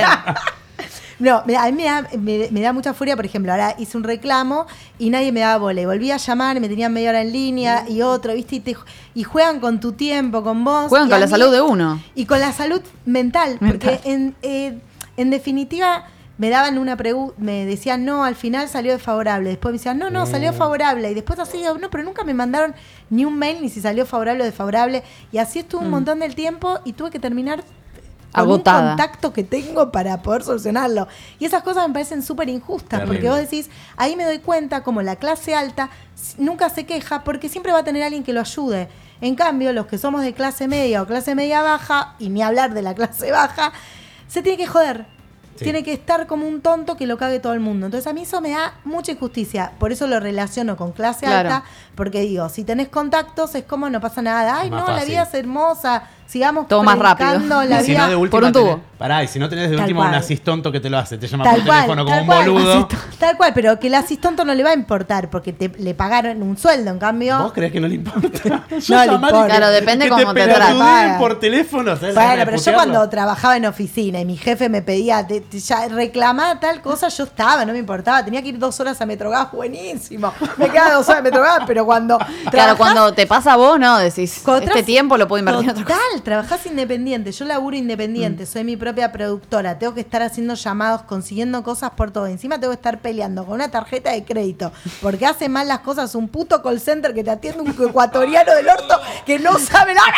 No, me- a mí me da, me- me da mucha furia, por ejemplo, ahora hice un reclamo y nadie me daba bola. Y volví a llamar, me tenían media hora en línea y otro, ¿viste? Y, te- y juegan con tu tiempo, con vos. Juegan y con a la mí- salud de uno. Y con la salud mental, Mental. porque en, eh, en definitiva me daban una pregunta, me decían, no, al final salió desfavorable. Después me decían, no, no, salió favorable. Y después así, no, pero nunca me mandaron ni un mail ni si salió favorable o desfavorable. Y así estuve un montón del tiempo y tuve que terminar con un Mm. Agotada. contacto que tengo para poder solucionarlo. Y esas cosas me parecen súper injustas, porque Terrible. vos decís, ahí me doy cuenta como la clase alta s- nunca se queja porque siempre va a tener alguien que lo ayude. En cambio, los que somos de clase media o clase media baja, y ni hablar de la [LAUGHS] clase baja, se tiene que joder. Sí. Tiene que estar como un tonto que lo cague todo el mundo. Entonces a mí eso me da mucha injusticia. Por eso lo relaciono con clase Claro. alta, porque digo, si tenés contactos es como no pasa nada. Ay, Más no, la fácil. vida es hermosa. Sigamos Todo más rápido. predicando la Y si vida. no, de última por un tenés- tubo. pará, y si no tenés de Tal última un cual. asís tonto que te lo hace, te llama Tal por cual, teléfono como tal un cual. boludo. Tal cual, pero que el asistonto no le va a importar porque te, le pagaron un sueldo, en cambio. ¿Vos crees que no le importa? No le importa. Claro, depende cómo te traten. tratan. por teléfono. ¿sabes? Bueno, pero yo Putearlo. cuando trabajaba en oficina y mi jefe me pedía, te- te- ya reclamaba tal cosa, yo estaba, no me importaba. Tenía que ir dos horas a Metrogas, buenísimo. Me quedaba dos horas a Metrogas, pero cuando. Claro, trabajás- cuando te pasa a vos, no, decís, Cuando este trabajás- tiempo lo puedo invertir en otra cosa. Mm. Total, trabajás independiente. Yo laburo independiente, soy mi propia productora. Tengo que estar haciendo llamados, consiguiendo cosas por todo. Encima tengo que estar peleando con una tarjeta de crédito. Porque hace mal las cosas un puto call center que te atiende un ecuatoriano del orto que no sabe nada.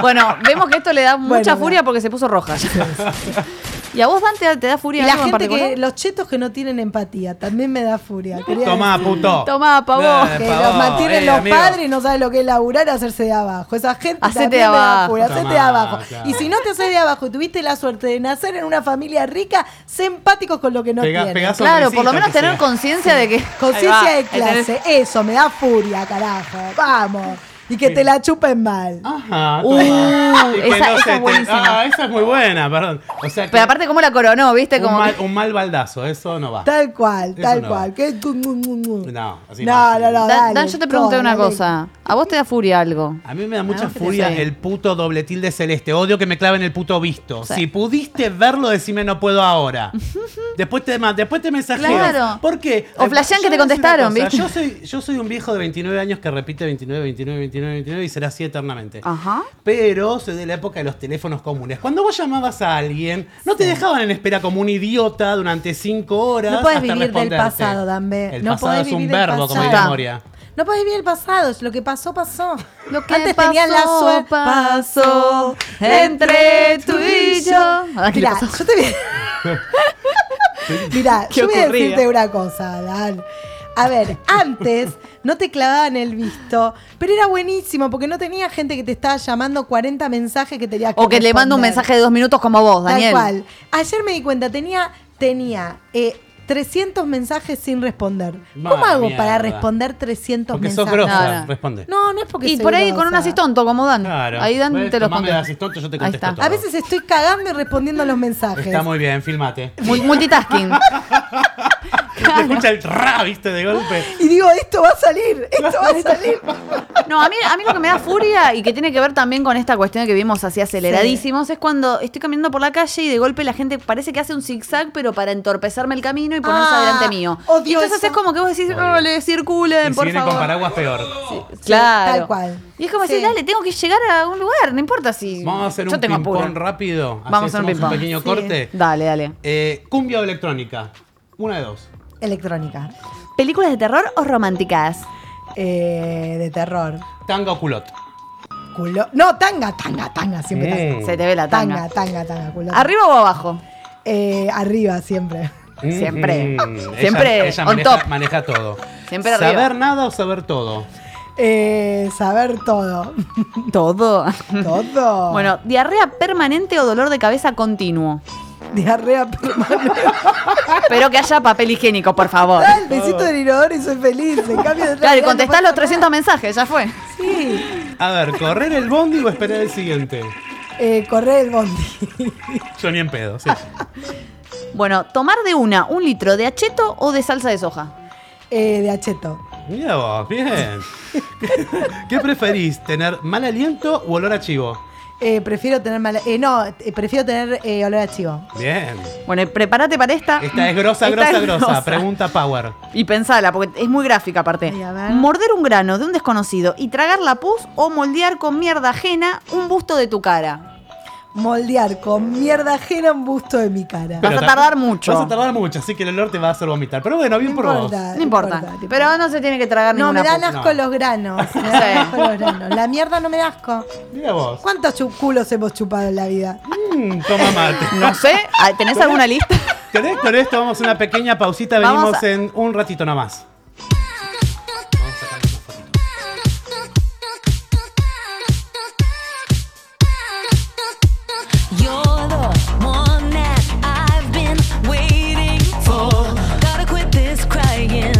Bueno, vemos que esto le da mucha Bueno, furia bueno. porque se puso roja. [LAUGHS] ¿Y a vos, Dante, te da furia Y la algo en gente que, particular? los chetos que no tienen empatía, también me da furia. Quería Tomá, decir puto. Tomá, pavón. Nah, Que pavón. los mantienen Eh, los amigo. padres y no saben lo que es laburar, hacerse de abajo. Esa gente Hacete también de me da abajo. furia, hacete de Tomá, abajo. claro. Y si no te haces de abajo y tuviste la suerte de nacer en una familia rica, sé empáticos con lo que no Pega- tienen. pegás a- Claro, por sonrisita lo menos que tener sea. conciencia de que. Ahí Conciencia va, de ahí tenés- clase, eso me da furia, carajo. Vamos. Y que te la chupen mal. Ajá, Uh, tomá. Y que esa- no esa se es te- buenísima. Ah, esa es muy buena, perdón. O sea que Pero aparte, ¿cómo la coronó? ¿Viste? un, Como. mal, un mal baldazo, eso no va. Tal cual, Eso tal no. cual. Que tu- mu- mu- mu. No, así no, no. no, no, Dan, dale, Dan, yo te pregunté corre, una dale. cosa. ¿A vos te da furia algo? A mí me da mucha que te furia sé. el puto doble tilde celeste. Odio que me claven el puto visto. Sí. Si pudiste verlo, decime no puedo [LAUGHS] ahora. después te ma- después te mensajeo. Claro. ¿Por qué? O Eh, flashean yo que te voy a decir una contestaron, cosa. ¿viste? Yo soy, yo soy un viejo de 29 años que repite 29, 29, 29, 29, 29 y será así eternamente. Ajá. Pero soy de la época de los teléfonos comunes. Cuando vos llamabas a alguien, no te dejaban en espera como un idiota durante cinco horas. No podés hasta vivir del responderte. pasado, Dambe. El no pasado podés es un vivir del verbo, como dice pasado. Moria. No podés vivir el pasado, lo que pasó, pasó. Lo que Antes tenías la pasó, suerte. pasó entre tú y yo. Ay, ¿qué le Mirá, pasó? yo te voy [LAUGHS] Mirá, ¿Qué yo voy a ocurría? decirte una cosa, Dan. A ver, antes no te clavaban el visto, pero era buenísimo porque no tenía gente que te estaba llamando 40 mensajes que tenías que O que le mando un responder. mensaje de dos minutos como vos, Tal Daniel. cual. Ayer me di cuenta, tenía, tenía eh, 300 mensajes sin responder. ¿Cómo Mala hago mierda. para responder 300 Porque sos mensajes? grosa, No, no. responde. No, no es porque Y soy ah. por ahí con grosa. un asistonto como Dan. Claro. Ahí Dan Puedes te lo tomarme contesta. de asistonto, yo te Ahí contesto está. todo. A veces estoy cagando y respondiendo los mensajes. Está muy bien, [LAUGHS] filmate. Mul- Multitasking. Te escucha el ra, viste, de golpe. Y digo, esto va [LAUGHS] a salir, esto va a salir. No, a mí, a mí lo que me da furia y que tiene que ver también con esta cuestión que vivimos así aceleradísimos es cuando estoy caminando por la calle y de golpe la gente parece que hace un zigzag, pero para entorpecerme el camino y ponerse Ah, adelante mío. odio Y entonces eso. es como que vos decís, no, le circulen, Y si por viene favor. con paraguas, peor. Claro. tal cual. Y es como Sí. decir, dale, tengo que llegar a un lugar, no importa si. Vamos a hacer Yo un tengo apuro. ping-pong rápido. Así Vamos a hacer un hacemos ping-pong. pequeño Sí. corte. Dale, dale. Eh, cumbia o electrónica. Una de dos. Electrónica. ¿Películas de terror o románticas? Eh, de terror. Tanga o culot. Culo. No, tanga, tanga, tanga, siempre tanga. Mm. Se te ve la Tanga, tanga. tanga, tanga, culo. ¿Arriba o abajo? [LAUGHS] Eh, arriba, siempre. Pues Siempre. Mm, ella- Siempre ella on maneja, top. maneja todo. Siempre arriba. saber nada o saber todo. Eh, saber todo. [LAUGHS] Todo. Todo. Bueno, diarrea permanente o dolor de cabeza continuo. [LAUGHS] Diarrea [LAUGHS] permanente. Pero que haya papel higiénico, por favor. Ah, El besito del inodoro y soy feliz. En cambio, Claro, y de realidad contestás no los pasa 300 mensajes, ya fue. nada. Sí. A ver, correr el bondi o esperar el siguiente. Eh, correr el bondi. [LAUGHS] Yo ni en pedo. sí. Bueno, tomar de una un litro de acheto o de salsa de soja. Eh, de acheto. Mira vos, bien. ¿Qué preferís? ¿Tener mal aliento o olor a chivo? Eh, prefiero tener mala. eh, no, eh, prefiero tener eh, olor a chivo. Bien. Bueno, y prepárate para esta. Esta es grosa, Esta grosa, es grosa. grosa. Pregunta Power. Y pensala, porque es muy gráfica aparte. Ay, a ver. Morder un grano de un desconocido y tragar la pus o moldear con mierda ajena un busto de tu cara. Moldear con mierda ajena un busto de mi cara. Vas a ta- tardar mucho. Vas a tardar mucho, así que el olor te va a hacer vomitar. Pero bueno, bien por vos. No importa. Pero no se tiene que tragar No, me ninguna dan pus. asco No. los granos. Me dan asco los granos. La mierda no me da asco. Mira vos. ¿Cuántos chu- culos hemos chupado en la vida? Mm, toma [LAUGHS] mate. No sé, ah, [LAUGHS] ¿tenés alguna lista? Con esto, con esto vamos a una pequeña pausita. Vamos Venimos a- en un ratito nada más. You're the one that I've been waiting for. Gotta quit this crying.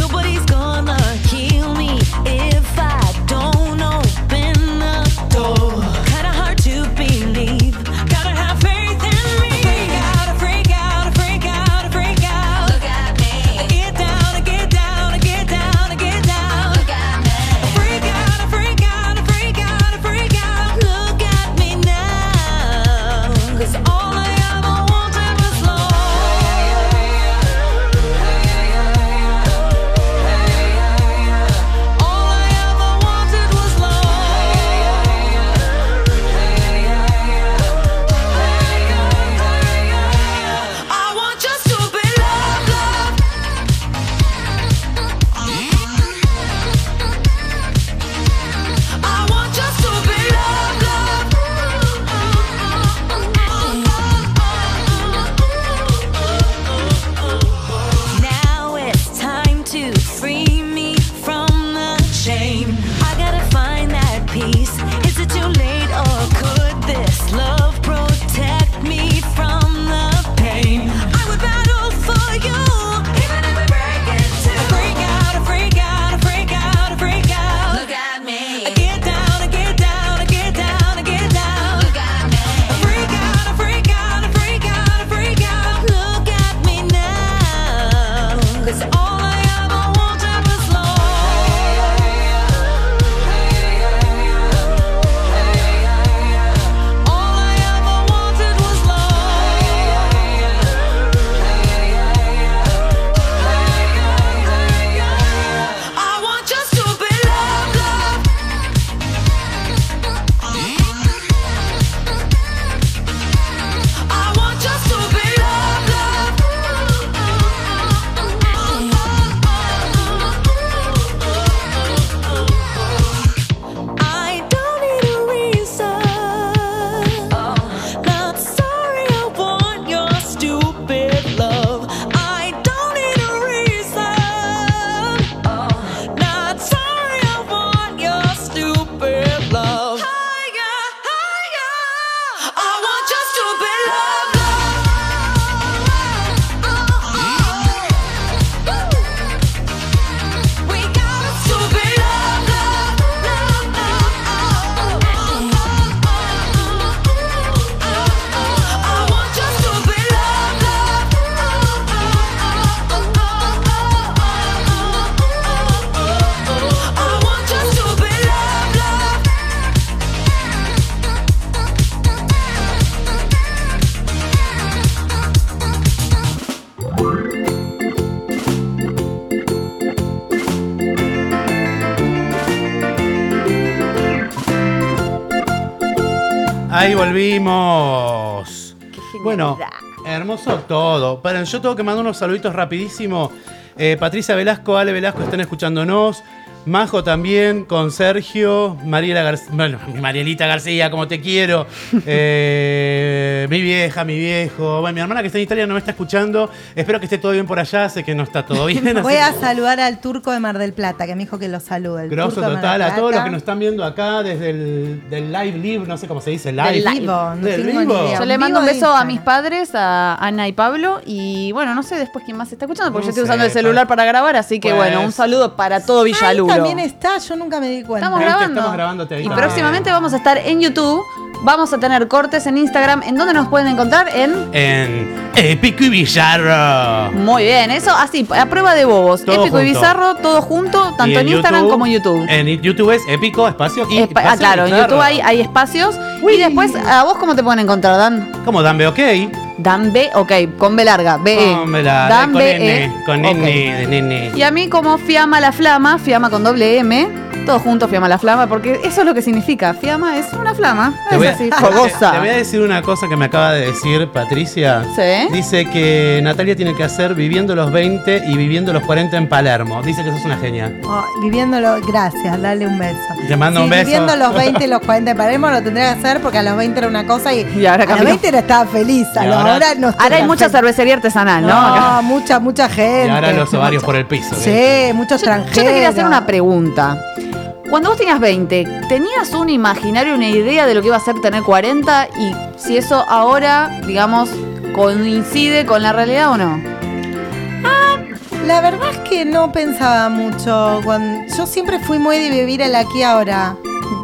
Nobody's gonna heal me if I don't open the door. Kinda hard to believe. Gotta have faith in me. Freak out, freak out, freak out, freak out. Look at me. Get down, get down. Ahí volvimos. Bueno, hermoso todo. Pero yo tengo que mandar unos saluditos rapidísimo. Eh, Patricia Velasco, Ale Velasco están escuchándonos. Majo también, con Sergio, Mariela García, bueno, [LAUGHS] Marielita García, como te quiero. Eh, mi vieja, mi viejo. Bueno, mi hermana que está en Italia no me está escuchando. Espero que esté todo bien por allá. Sé que no está todo bien. así [LAUGHS] Voy que- a saludar al turco de Mar del Plata, que me dijo que lo salude. el Grosso turco de Mar del total a todos Plata. los que nos están viendo acá desde el del live live, no sé cómo se dice, live. Del vivo, no Del tengo ni vivo. idea. Yo le Vivo mando un de beso a Instagram. mis padres, a Ana y Pablo. Y bueno, no sé después quién más está escuchando, No porque yo estoy sé, usando el celular para grabar. Así que Pues- bueno, un saludo para todo Ahí Villaluro. también está, yo nunca me di cuenta. Estamos Viste, grabando. estamos grabándote ahí Y también. próximamente vamos a estar en YouTube. Vamos a tener cortes en Instagram. ¿En dónde nos pueden encontrar? En. En Épico y Bizarro. Muy bien, eso así, a prueba de bobos. Todo Épico y junto. bizarro, todo junto, tanto Y en, Instagram como en YouTube. En YouTube es Épico Espacio y Espa- ah, espacio claro, en Bizarro. YouTube hay, hay espacios. Y después, ¿a vos cómo te pueden encontrar, Dan? Como Dame OK. Dan B, ok, con B larga, B. E. Hombre, la- Dan con B. E. N, con ok. N, de nene. Y a mí como Fiamma la Flama, Fiamma con doble M, todo junto Fiamma la Flama, porque eso es lo que significa. Fiamma es una flama, Te es voy a- [LAUGHS] así, te- fogosa. Te voy a decir una cosa que me acaba de decir Patricia. Sí. Dice que Natalia tiene que hacer viviendo los 20 y viviendo los 40 en Palermo. Dice que sos una genia. Oh, viviéndolo, gracias, dale un beso. Te mando un beso. Viviendo los 20 y los 40 de Palermo lo tendría que hacer porque a los 20 era una cosa y, Y ahora a los cambió. 20 no estaba feliz. A Y los ahora- ahora, no estoy Ahora hay tan mucha feliz. cervecería artesanal, ¿no? Acá. No, Ah, mucha, mucha gente. Y ahora los ovarios por el piso. ¿viste? Sí, muchos Yo, yo extranjeros. te quería hacer una pregunta. Cuando vos tenías 20, ¿tenías un imaginario, una idea de lo que iba a ser tener 40 y si eso ahora, digamos, coincide con la realidad o no? La verdad es que no pensaba mucho. cuan- yo siempre fui muy de vivir el aquí y ahora.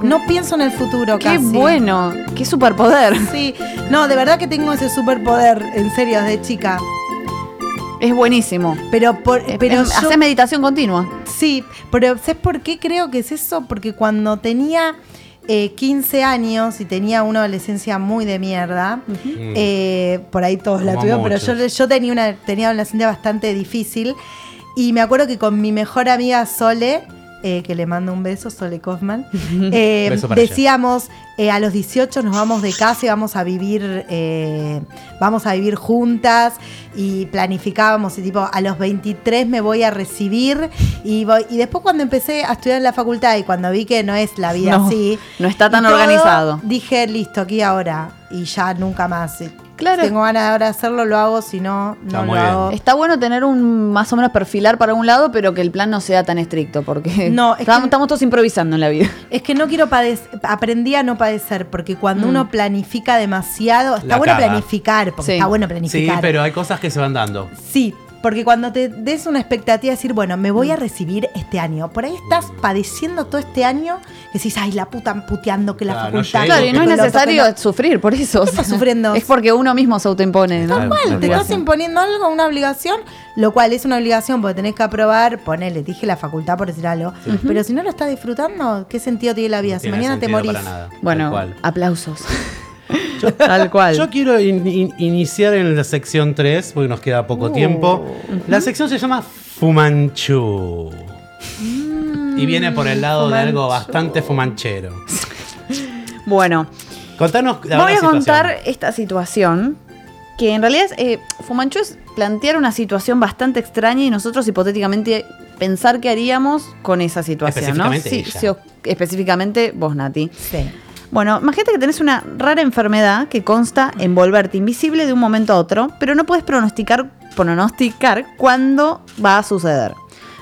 No pienso en el futuro Qué casi. bueno, qué superpoder. Sí, no, de verdad que tengo ese superpoder, en serio, desde chica. Es buenísimo. Pero por, pero Em, yo- Hacés meditación continua. Sí, pero ¿sabes por qué creo que es eso? Porque cuando tenía eh, 15 años y tenía una adolescencia muy de mierda, eh, por ahí todos la Como tuvieron, pero yo, muchos. yo tenía una tenía una adolescencia bastante difícil y me acuerdo que con mi mejor amiga Sole, eh, que le mando un beso, Sole [LAUGHS] Kaufman, eh, Beso para ella. decíamos eh, a los 18 nos vamos de casa y vamos a vivir eh, vamos a vivir juntas y planificábamos y tipo a los 23 me voy a recibir y voy- y después cuando empecé a estudiar en la facultad y cuando vi que no es la vida No, así no está tan y todo, organizado. dije listo aquí ahora y ya nunca más Si Claro. tengo ganas de ahora hacerlo lo hago si no Está no lo muy bien. hago Está bueno tener un más o menos perfilar para un lado, pero que el plan no sea tan estricto, porque [LAUGHS] No, es estamos, que- estamos todos improvisando en la vida. Es que no quiero padecer, aprendí a no padecer, porque Mm. cuando uno planifica demasiado, está La bueno caga. planificar, porque Sí. está bueno Sí, planificar. pero hay cosas que se van dando. Sí, porque cuando te des una expectativa de decir, bueno, me voy a recibir este año, por ahí estás padeciendo todo este año, que decís, ay, la puta puteando que la Claro, no facultad. llego, Claro, y no que- es que lo necesario toque, sufrir por eso. estás sufriendo? Es porque uno mismo se autoimpone. ¿no? Tal cual, no. Mal, te Obligación. estás imponiendo algo, una obligación, lo cual es una obligación porque tenés que aprobar, ponele, te dije la facultad por decir algo, pero si no lo estás disfrutando, ¿qué sentido tiene la vida? No si tiene mañana te sentido morís. para nada, tal Bueno, cual. aplausos. [LAUGHS] Tal [LAUGHS] cual. Yo quiero in- in- iniciar en la sección 3, porque nos queda Uh, poco tiempo. La sección se llama Fumanchu. Y viene por Mm, el lado de algo bastante fumanchero. Bueno, Contanos la voy a situación. contar esta situación que en realidad eh, Fumanchu es plantear una situación bastante extraña y nosotros hipotéticamente pensar qué haríamos con esa situación, Específicamente ¿no? ella. o- específicamente vos, Nati. Sí. Bueno, imagínate que tenés una rara enfermedad que consta en volverte invisible de un momento a otro, pero no puedes pronosticar, pronosticar cuándo va a suceder.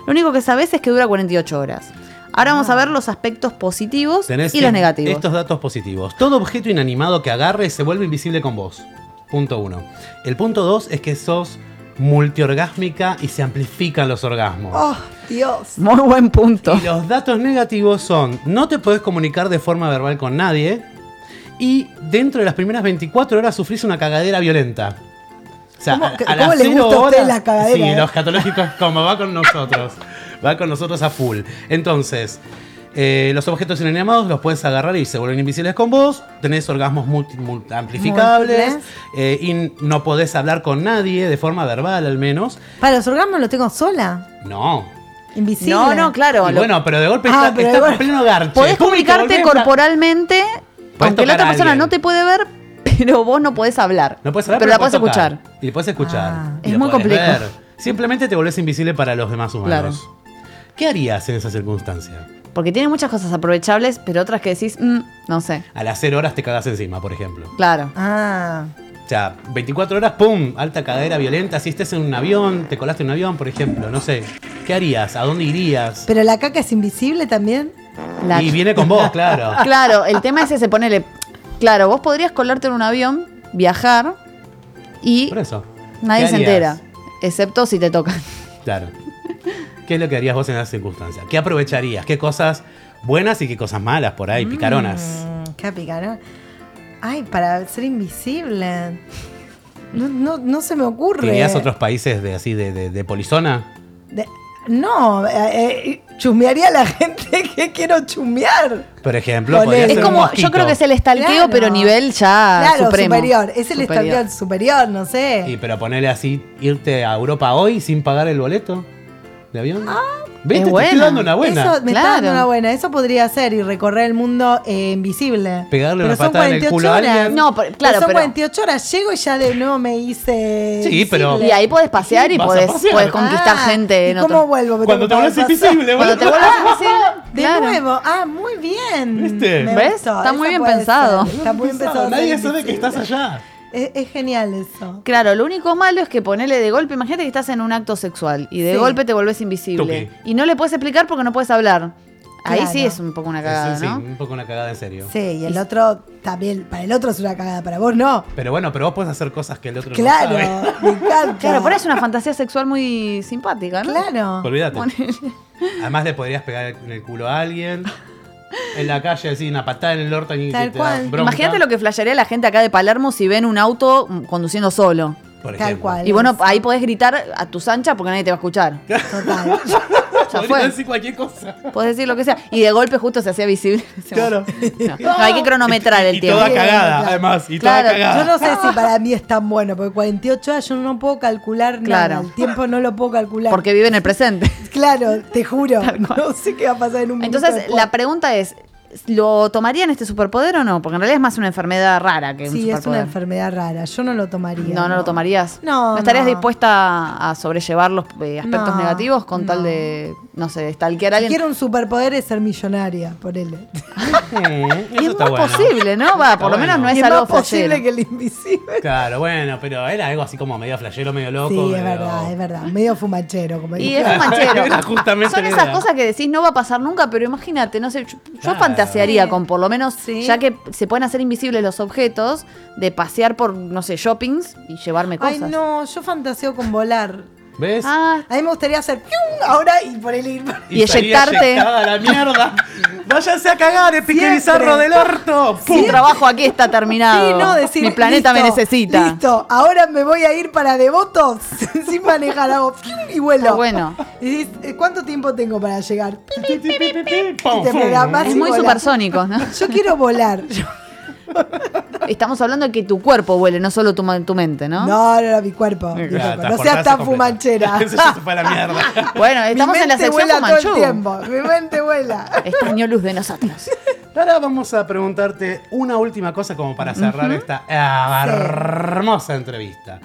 Lo único que sabes es que dura 48 horas. Ahora vamos a ver los aspectos positivos Tenés y los en- negativos. Estos datos positivos. Todo objeto inanimado que agarres se vuelve invisible con vos. Punto uno. El punto dos es que sos multiorgásmica y se amplifican los orgasmos. Oh, Dios. Muy buen punto. Y los datos negativos son, no te podés comunicar de forma verbal con nadie y dentro de las primeras 24 horas sufrís una cagadera violenta. O sea, ¿Cómo- a, cómo a las les cero gusta a ustedes horas- la cagadera, Sí, eh? los catológicos como va con nosotros. va con nosotros a full. Entonces, eh, los objetos inanimados los puedes agarrar y se vuelven invisibles con vos. Tenés orgasmos multi- multi- amplificables. Múltiples. eh, y no podés hablar con nadie de forma verbal al menos. Para los orgasmos lo tengo sola. No, Invisible. no, no, claro. y lo- bueno, pero de golpe Ah, está, pero está de en golpe. pleno garche. podés ¿Cómo que te comunicarte volvés a- corporalmente Puedes aunque tocar la otra a persona alguien. no te puede ver, [LAUGHS] pero vos no podés hablar. No puedes hablar, pero, la podés tocar. escuchar. Y puedes escuchar. Ah. Y Es lo muy podés complejo. ver. Simplemente te volvés invisible para los demás humanos. ¿Qué harías en esa circunstancia? Porque tiene muchas cosas aprovechables, pero otras que decís, "Mm, no sé. A las 0 horas te cagas encima, por ejemplo. Claro. Ah, O sea, 24 horas, ¡pum! Alta cadera violenta. Si estés en un avión, te colaste en un avión, por ejemplo. No sé. ¿Qué harías? ¿A dónde irías? pero la caca es invisible también. La- Y viene con vos, claro. [LAUGHS] Claro, el tema es ese, ponele. Claro, vos podrías colarte en un avión, viajar y Por eso. nadie ¿Qué se harías? entera. Excepto si te tocan. Claro. ¿Qué es lo que harías vos en esas circunstancias? ¿Qué aprovecharías? ¿Qué cosas buenas y qué cosas malas por ahí? Picaronas. Mm, qué picarón. Ay, para ser invisible. No, no, no se me ocurre. ¿Irías a otros países de así de, de, de polizona? De- no, eh, eh, chusmearía a la [LAUGHS] gente que quiero chusmear. Por ejemplo, Ponele. podría Es ser un Es como, yo mosquito. creo que es el estalqueo, Claro. pero nivel ya Ah, Claro, supremo. superior. Es el estalqueo superior, no sé. Y pero ponerle así, irte a Europa hoy sin pagar el boleto de avión. ¿Viste? Ah, es Te estoy buena. dando una buena. Eso me Claro. está dando una buena. Eso podría ser y recorrer el mundo eh, invisible. Pegarle Pero una son patada en el 48 culo a horas. alguien. No, por- claro, son pero- 48 horas. Llego y ya de nuevo me hice. Sí, pero- Y ahí podés pasear y Vas a podés, pasear. podés conquistar Ah, gente ¿y en ¿Cómo otro. vuelvo? Me Cuando te tengo que vuelves pagar el invisible, Cuando te [LAUGHS] vuelvas a pasaje. pasear, [LAUGHS] De claro. nuevo. Ah, muy bien. ¿Viste? Me ¿Ves? gustó. Está muy Eso bien puede pensado. ser. Está muy bien pensado. Nadie ser sabe que invisible. estás allá. Es, es genial eso. Claro, lo único malo es que ponerle de golpe, imagínate que estás en un acto sexual y de Sí. golpe te volvés invisible. Tuki. Y no le puedes explicar porque no puedes hablar. Ahí sí Claro. es un poco una Sí, cagada, sí, sí, ¿no? un poco una cagada en serio. Sí, y el otro también. Para el otro es una cagada, para vos no. Pero bueno, pero vos podés hacer cosas que el otro Claro, no sabe. [LAUGHS] me encanta. Claro, por ahí es una fantasía sexual muy simpática, ¿no? Claro. Olvídate. Ponele. Además le podrías pegar en el culo a alguien. En la calle así, una patada en el orto y Tal que te da cual. bronca, Imagínate lo que flashearía la gente acá de Palermo si ven un auto mm, conduciendo solo. por ejemplo. Tal cual. Y bueno, ahí podés gritar a tus anchas porque nadie te va a escuchar. [LAUGHS] Total. Ya [LAUGHS] Podrías fue. decir cualquier cosa. Podés decir lo que sea. Y de golpe justo se hacía visible. [LAUGHS] Claro. No, no, hay que cronometrar el y tiempo. toda cagada, Claro. además. Y Claro, toda Yo cagada. [LAUGHS] no sé si para mí es tan bueno, porque 48 horas yo no puedo calcular Claro. nada. El tiempo no lo puedo calcular. Porque vive en el [LAUGHS] presente. Claro, te juro. Tal cual. No sé qué va a pasar en un minuto Entonces, después. la pregunta es, ¿lo tomarían este superpoder o no? Porque en realidad es más una enfermedad rara que un Sí, es una superpoder. enfermedad rara. Yo no lo tomaría. no, no lo tomarías. No, estarías no. dispuesta a sobrellevar los eh, aspectos No, negativos con tal no. de, no sé, de stalkear a Si alguien? quiero un superpoder es ser millonaria, por [LAUGHS] él. Mm, Y eso es está muy bueno. posible, ¿no? Va, por lo menos no bueno. es y es algo más posible flashero. que el invisible. Claro, bueno, pero era algo así como medio flashero, medio loco. sí, es medio- verdad, es verdad. Medio fumachero, como Y dije. es un manchero. [LAUGHS] Era justamente Son la esas idea. cosas que decís no va a pasar nunca, pero imagínate, no sé, yo, yo Claro. fantasearía con por lo menos, Sí. ya que se pueden hacer invisibles los objetos, de pasear por, no sé, shoppings y llevarme Ay, cosas. no, yo fantaseo con volar. ¿Ves? Ah, A mí me gustaría hacer ¡pium! ahora y por él ir. para- y salía eyectarte. eyectada a la [LAUGHS] mierda. Váyanse a cagar, el pique Siempre. bizarro del orto. mi trabajo aquí está terminado. Sí, no, decir, Ah, Mi planeta me "Listo, necesita. Listo, ahora me voy a ir para Devotos [LAUGHS] sin manejar hago ¡fium! y vuelo. Está bueno. Y dices, "Eh, ¿cuánto tiempo tengo para llegar? Pi, pi, Pi, pi, pi, pi, y pum, te pum. programás Es y muy volás. supersónico, ¿no? Yo quiero volar. [LAUGHS] Yo- Estamos hablando de que tu cuerpo huele, no solo tu, ma- tu mente, ¿no? No, no, no, mi cuerpo. Claro, mi cuerpo. No transportarse seas tan completa. fumanchera. [LAUGHS] [LAUGHS] Eso ya se fue a la mierda. Bueno, Mi estamos en la mente sección vuela Fumanchu. todo el tiempo. Mi mente vuela. Extrañó luz de nosotros. Ahora vamos a preguntarte una última cosa como para cerrar esta hermosa entrevista.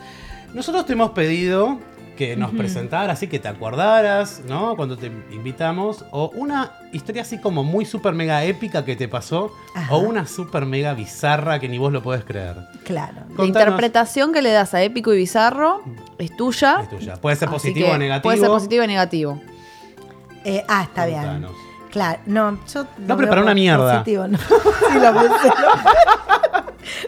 Nosotros te hemos pedido que nos presentaras, así que te acordaras, ¿no? Cuando te invitamos, o una historia así como muy super mega épica que te pasó, o una super mega bizarra que ni vos lo podés creer. [LAUGHS] Claro. La interpretación que le das a Épico y Bizarro es tuya. es tuya. Puede ser Así positivo que o negativo. Puede ser positivo y negativo. Eh, ah, está bien. Contanos. Claro, no, yo. No preparó veo una mierda. positivo, no. [LAUGHS] Sí, lo pensé.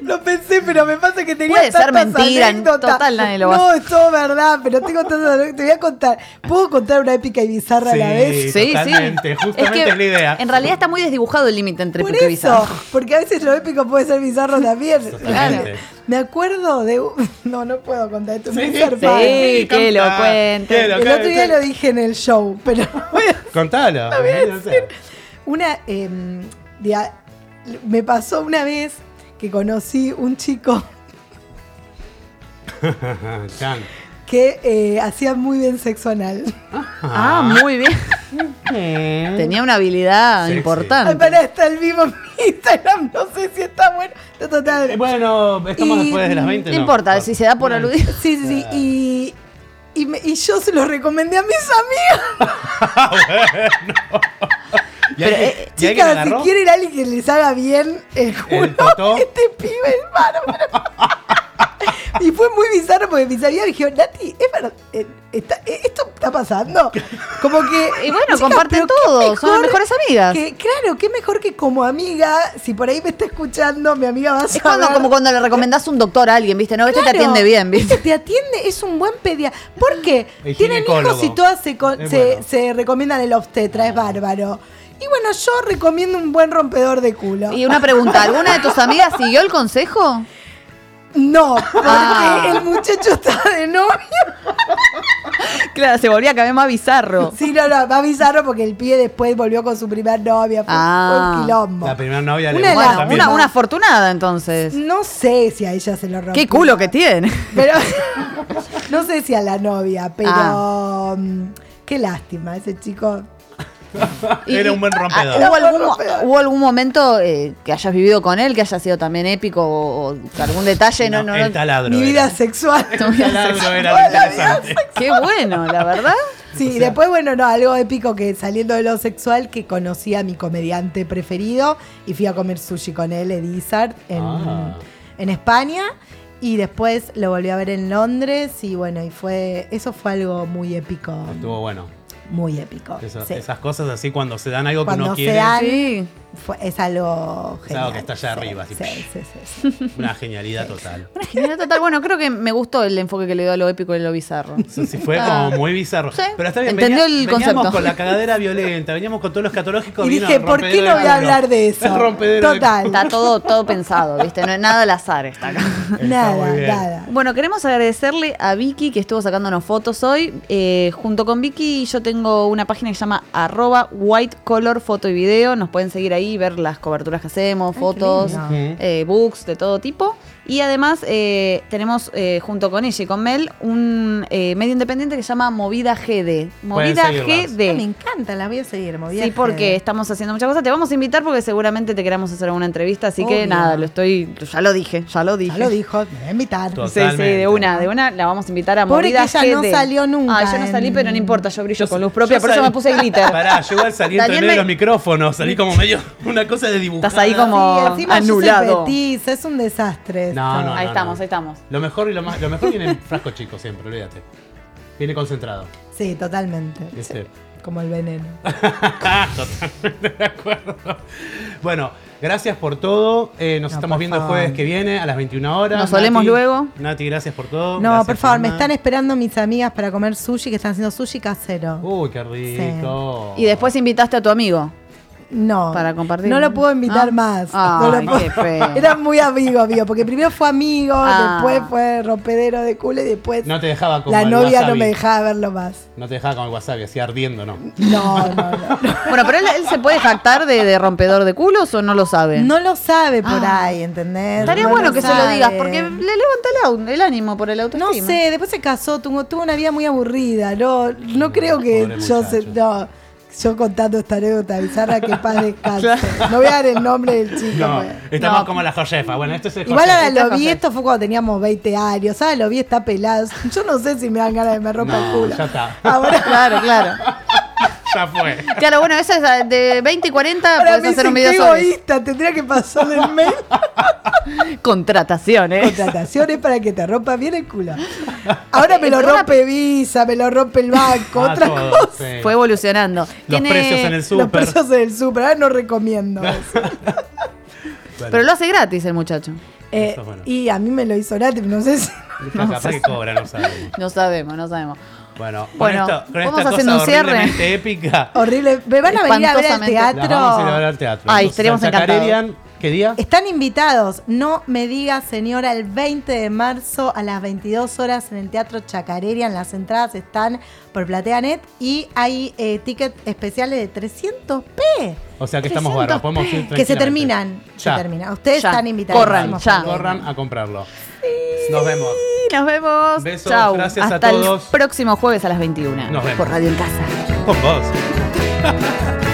Lo, lo pensé, [LAUGHS] pero me pasa que tenía. Puede ser tantas mentira, en anécdotas. total nadie lo va a- No, es todo verdad, pero tengo tantas anécdotas. Te voy a contar. ¿Puedo contar una épica y bizarra a la vez? Sí, totalmente, justamente es la idea. En realidad está muy desdibujado el límite entre Por Épico y eso, Bizarro. porque a veces lo épico puede ser bizarro también. Totalmente. Claro. Me acuerdo de. un- [LAUGHS] No, no puedo contar esto. me Sí, zarpado. sí. que lo Contá. cuente. Que lo El otro día cuente. lo dije en el show, pero [LAUGHS] voy a Contalo. no sé. Una. eh, dia- me pasó una vez que conocí un chico Chan. que eh, hacía muy bien sexo anal. Ah, muy bien. Tenía una habilidad Sí, sí. importante. [LAUGHS] Ay, pará, está el vivo en mi Instagram. No sé si está bueno. Ta, ta, ta. Eh, Bueno, estamos Y- después de las 20. No importa, Por- si se da por aludido. Sí, sí, sí. Y, y, me- y yo se lo recomendé a mis amigas. ¿Y alguien- eh, y alguien Chicas, si agarró? quieren alguien que les haga bien el totó? juego, este pibe, hermano. pero- Y fue muy bizarro porque mis amigas me dijeron, Nati, es verdad, eh, está- eh, esto está pasando. Como que. Y bueno, chicas, comparten pero qué todo, son las mejores amigas. que- claro, qué mejor que como amiga, si por ahí me está escuchando, mi amiga va a Es cuando, saber. como cuando le recomendás un doctor a alguien, ¿viste? No, este Claro, te atiende bien, este ¿viste? te atiende, es un buen pediatra. ¿Por qué? El Tienen ginecólogo. hijos y todas se, con- Es se- bueno. se recomiendan el obstetra, es bárbaro. Y bueno, yo recomiendo un buen rompedor de culo. Y una pregunta, ¿alguna de tus amigas siguió el consejo? No, porque Ah. el muchacho está de novio. Claro, se volvía cada vez más bizarro. Sí, no, no, va bizarro porque el pie después volvió con su primer novia. Fue, Ah. fue un quilombo. La primera novia le Una de gusta las- Bueno, también. una, una afortunada entonces. No sé si a ella se lo rompió. Qué culo que tiene. Pero [LAUGHS] [LAUGHS] no sé si a la novia, pero Ah. mm, qué lástima ese chico. [LAUGHS] Era un buen Ah, rompedor. ¿Hubo algún, hubo algún momento eh, que hayas vivido con él que haya sido también épico o, o que algún detalle? No, no, el no. taladro. Mi era. vida sexual. El [LAUGHS] taladro era lo Toda la vida interesante. Qué bueno, la verdad. Sí, y después, bueno, no, algo épico que saliendo de lo sexual, que conocí a mi comediante preferido y fui a comer sushi con él, Edizard, en, Ah. en España. Y después lo volví a ver en Londres y bueno, y fue, eso fue algo muy épico, Estuvo bueno. muy épico. Eso- sí. Esas cosas así cuando se dan algo que Cuando uno se quiere. dan- Sí. Fue- es algo genial. Es algo que está allá Sí, arriba, así, sí, psh. sí, sí, [LAUGHS] sí. Una genialidad [LAUGHS] total. Una genialidad total. Bueno, creo que me gustó el enfoque que le dio a lo épico y lo bizarro. Eso sí fue Ah. como muy bizarro. Sí, Pero está bien, entendió el veníamos concepto. con la cagadera violenta, veníamos con todos los catológicos. Y dije, ¿por qué no voy a hablar [LAUGHS] de eso? Total. Está todo, todo pensado, ¿viste? No es nada al azar está acá. Nada, nada. Bueno, queremos agradecerle a Vicky que estuvo sacándonos fotos hoy. Eh, junto con Vicky yo tengo una página que se llama arroba white color foto y video. Nos pueden seguir ahí, ver las coberturas que hacemos, fotos, lindo. eh, books de todo tipo. Y además eh, tenemos eh, junto con ella y con Mel un eh, medio independiente que se llama Movida GD. Movida seguirlas. GD. Me encanta, la voy a seguir, me voy a Sí, porque acceder. estamos haciendo muchas cosas. Te vamos a invitar porque seguramente te queremos hacer alguna entrevista. Así que Obvio. nada, lo estoy. Ya lo dije, ya lo dije. Ya lo dijo, me voy a invitar. Todo. Sí, sí, Totalmente. de una, de una la vamos a invitar a Pobre Movida que ella no GD. salió nunca Ah, yo no salí, en- pero no importa, yo brillo con luz propia, por eso me puse [LAUGHS] glitter. Pará, yo igual salí entre medio Daniel de me- los micrófonos, salí como medio una cosa de dibujar. Estás ahí como Sí, encima yo soy anulado. petiza, es un desastre. esto. No, no, ahí no, estamos, no. ahí estamos. Lo mejor y lo más. Lo mejor viene en frasco chico siempre, olvídate. Viene concentrado. [LAUGHS] Sí, totalmente. Este. Como el [LAUGHS] veneno. Totalmente de acuerdo. Bueno, gracias por todo. Eh, nos No, estamos por viendo el favor. jueves que viene a las 21 horas. Nos solemos Nati, luego. Nati, gracias por todo. No, Gracias, por favor, me Juana. están esperando mis amigas para comer sushi, que están haciendo sushi casero. Uy, qué rico. Y después invitaste a tu amigo. no. para compartir. No lo puedo invitar Ah. más. Ay, no lo puedo- qué feo. [LAUGHS] Era muy amigo mío, porque primero fue amigo, Ah. después fue rompedero de culo y después No te dejaba con la el novia no wasabi. me dejaba verlo más. No te dejaba con el wasabi, así ardiendo, ¿no? No, no, no. [LAUGHS] Bueno, pero él, él se puede jactar de, de rompedor de culos o no lo sabe. No lo sabe por Ah. ahí, ¿entendés? Estaría No bueno lo que se lo sabe. digas, porque le levanta el, au- el ánimo por el No autoestima. sé, después se casó, tuvo, tuvo una vida muy aburrida. No, no creo que pobre yo se- muchacho. no, yo contando esta anécdota bizarra que [LAUGHS] paz descanse. Ah, No voy a dar el nombre del chico. No, pues. estamos como la Josefa. Bueno, esto es el Igual Josefa. ahora está lo vi, José. esto fue cuando teníamos 20 años, ahora lo vi, está pelado. Yo no sé si me dan ganas de me rompa No, el culo. ya está. [LAUGHS] Ahora, Claro, claro. Ya fue. Claro, bueno, esa es de 20 y 40 ahora me puedes hacer dicen un que video sobre egoísta, tendría que pasar el [LAUGHS] mail. contrataciones. Contrataciones para que te rompa bien el culo. Ahora me lo Una- rompe Visa, me lo rompe el banco, Ah, otra todo, cosa. sí. Fue evolucionando. Los Tiene- precios en el Los súper. precios del super, ahora [LAUGHS] no recomiendo. eso. Bueno, Pero lo hace gratis el muchacho. Eh, Eso es bueno. y a mí me lo hizo Nati, no sé si. [LAUGHS] capaz [LAUGHS] que cobra, no sabemos. No sabemos, no sabemos. Bueno, con Bueno, esto- con vamos esta haciendo cosa un cierre. horriblemente épica. Horrible. Me van a venir a ver al Espantosamente. La vamos a ir a ver teatro. al teatro. Ay, Entonces, estaríamos al Chacarerian, ¿Qué día? Están invitados. No me digas, señora, el 20 de marzo a las 22 horas en el Teatro Chacareria. Las entradas están por PlateaNet y hay eh, tickets especiales de 300 P. O sea que estamos bárbaros. Podemos ir Que tranquilamente. se terminan. Ya. Se terminan. Ustedes Ya. están invitados. Corran, ya. Corran a comprarlo. Nos vemos. Y nos vemos. Besos, Chau. gracias a Hasta todos. el próximo jueves a las 21. Nos vemos. Por Radio en Casa. Con vos.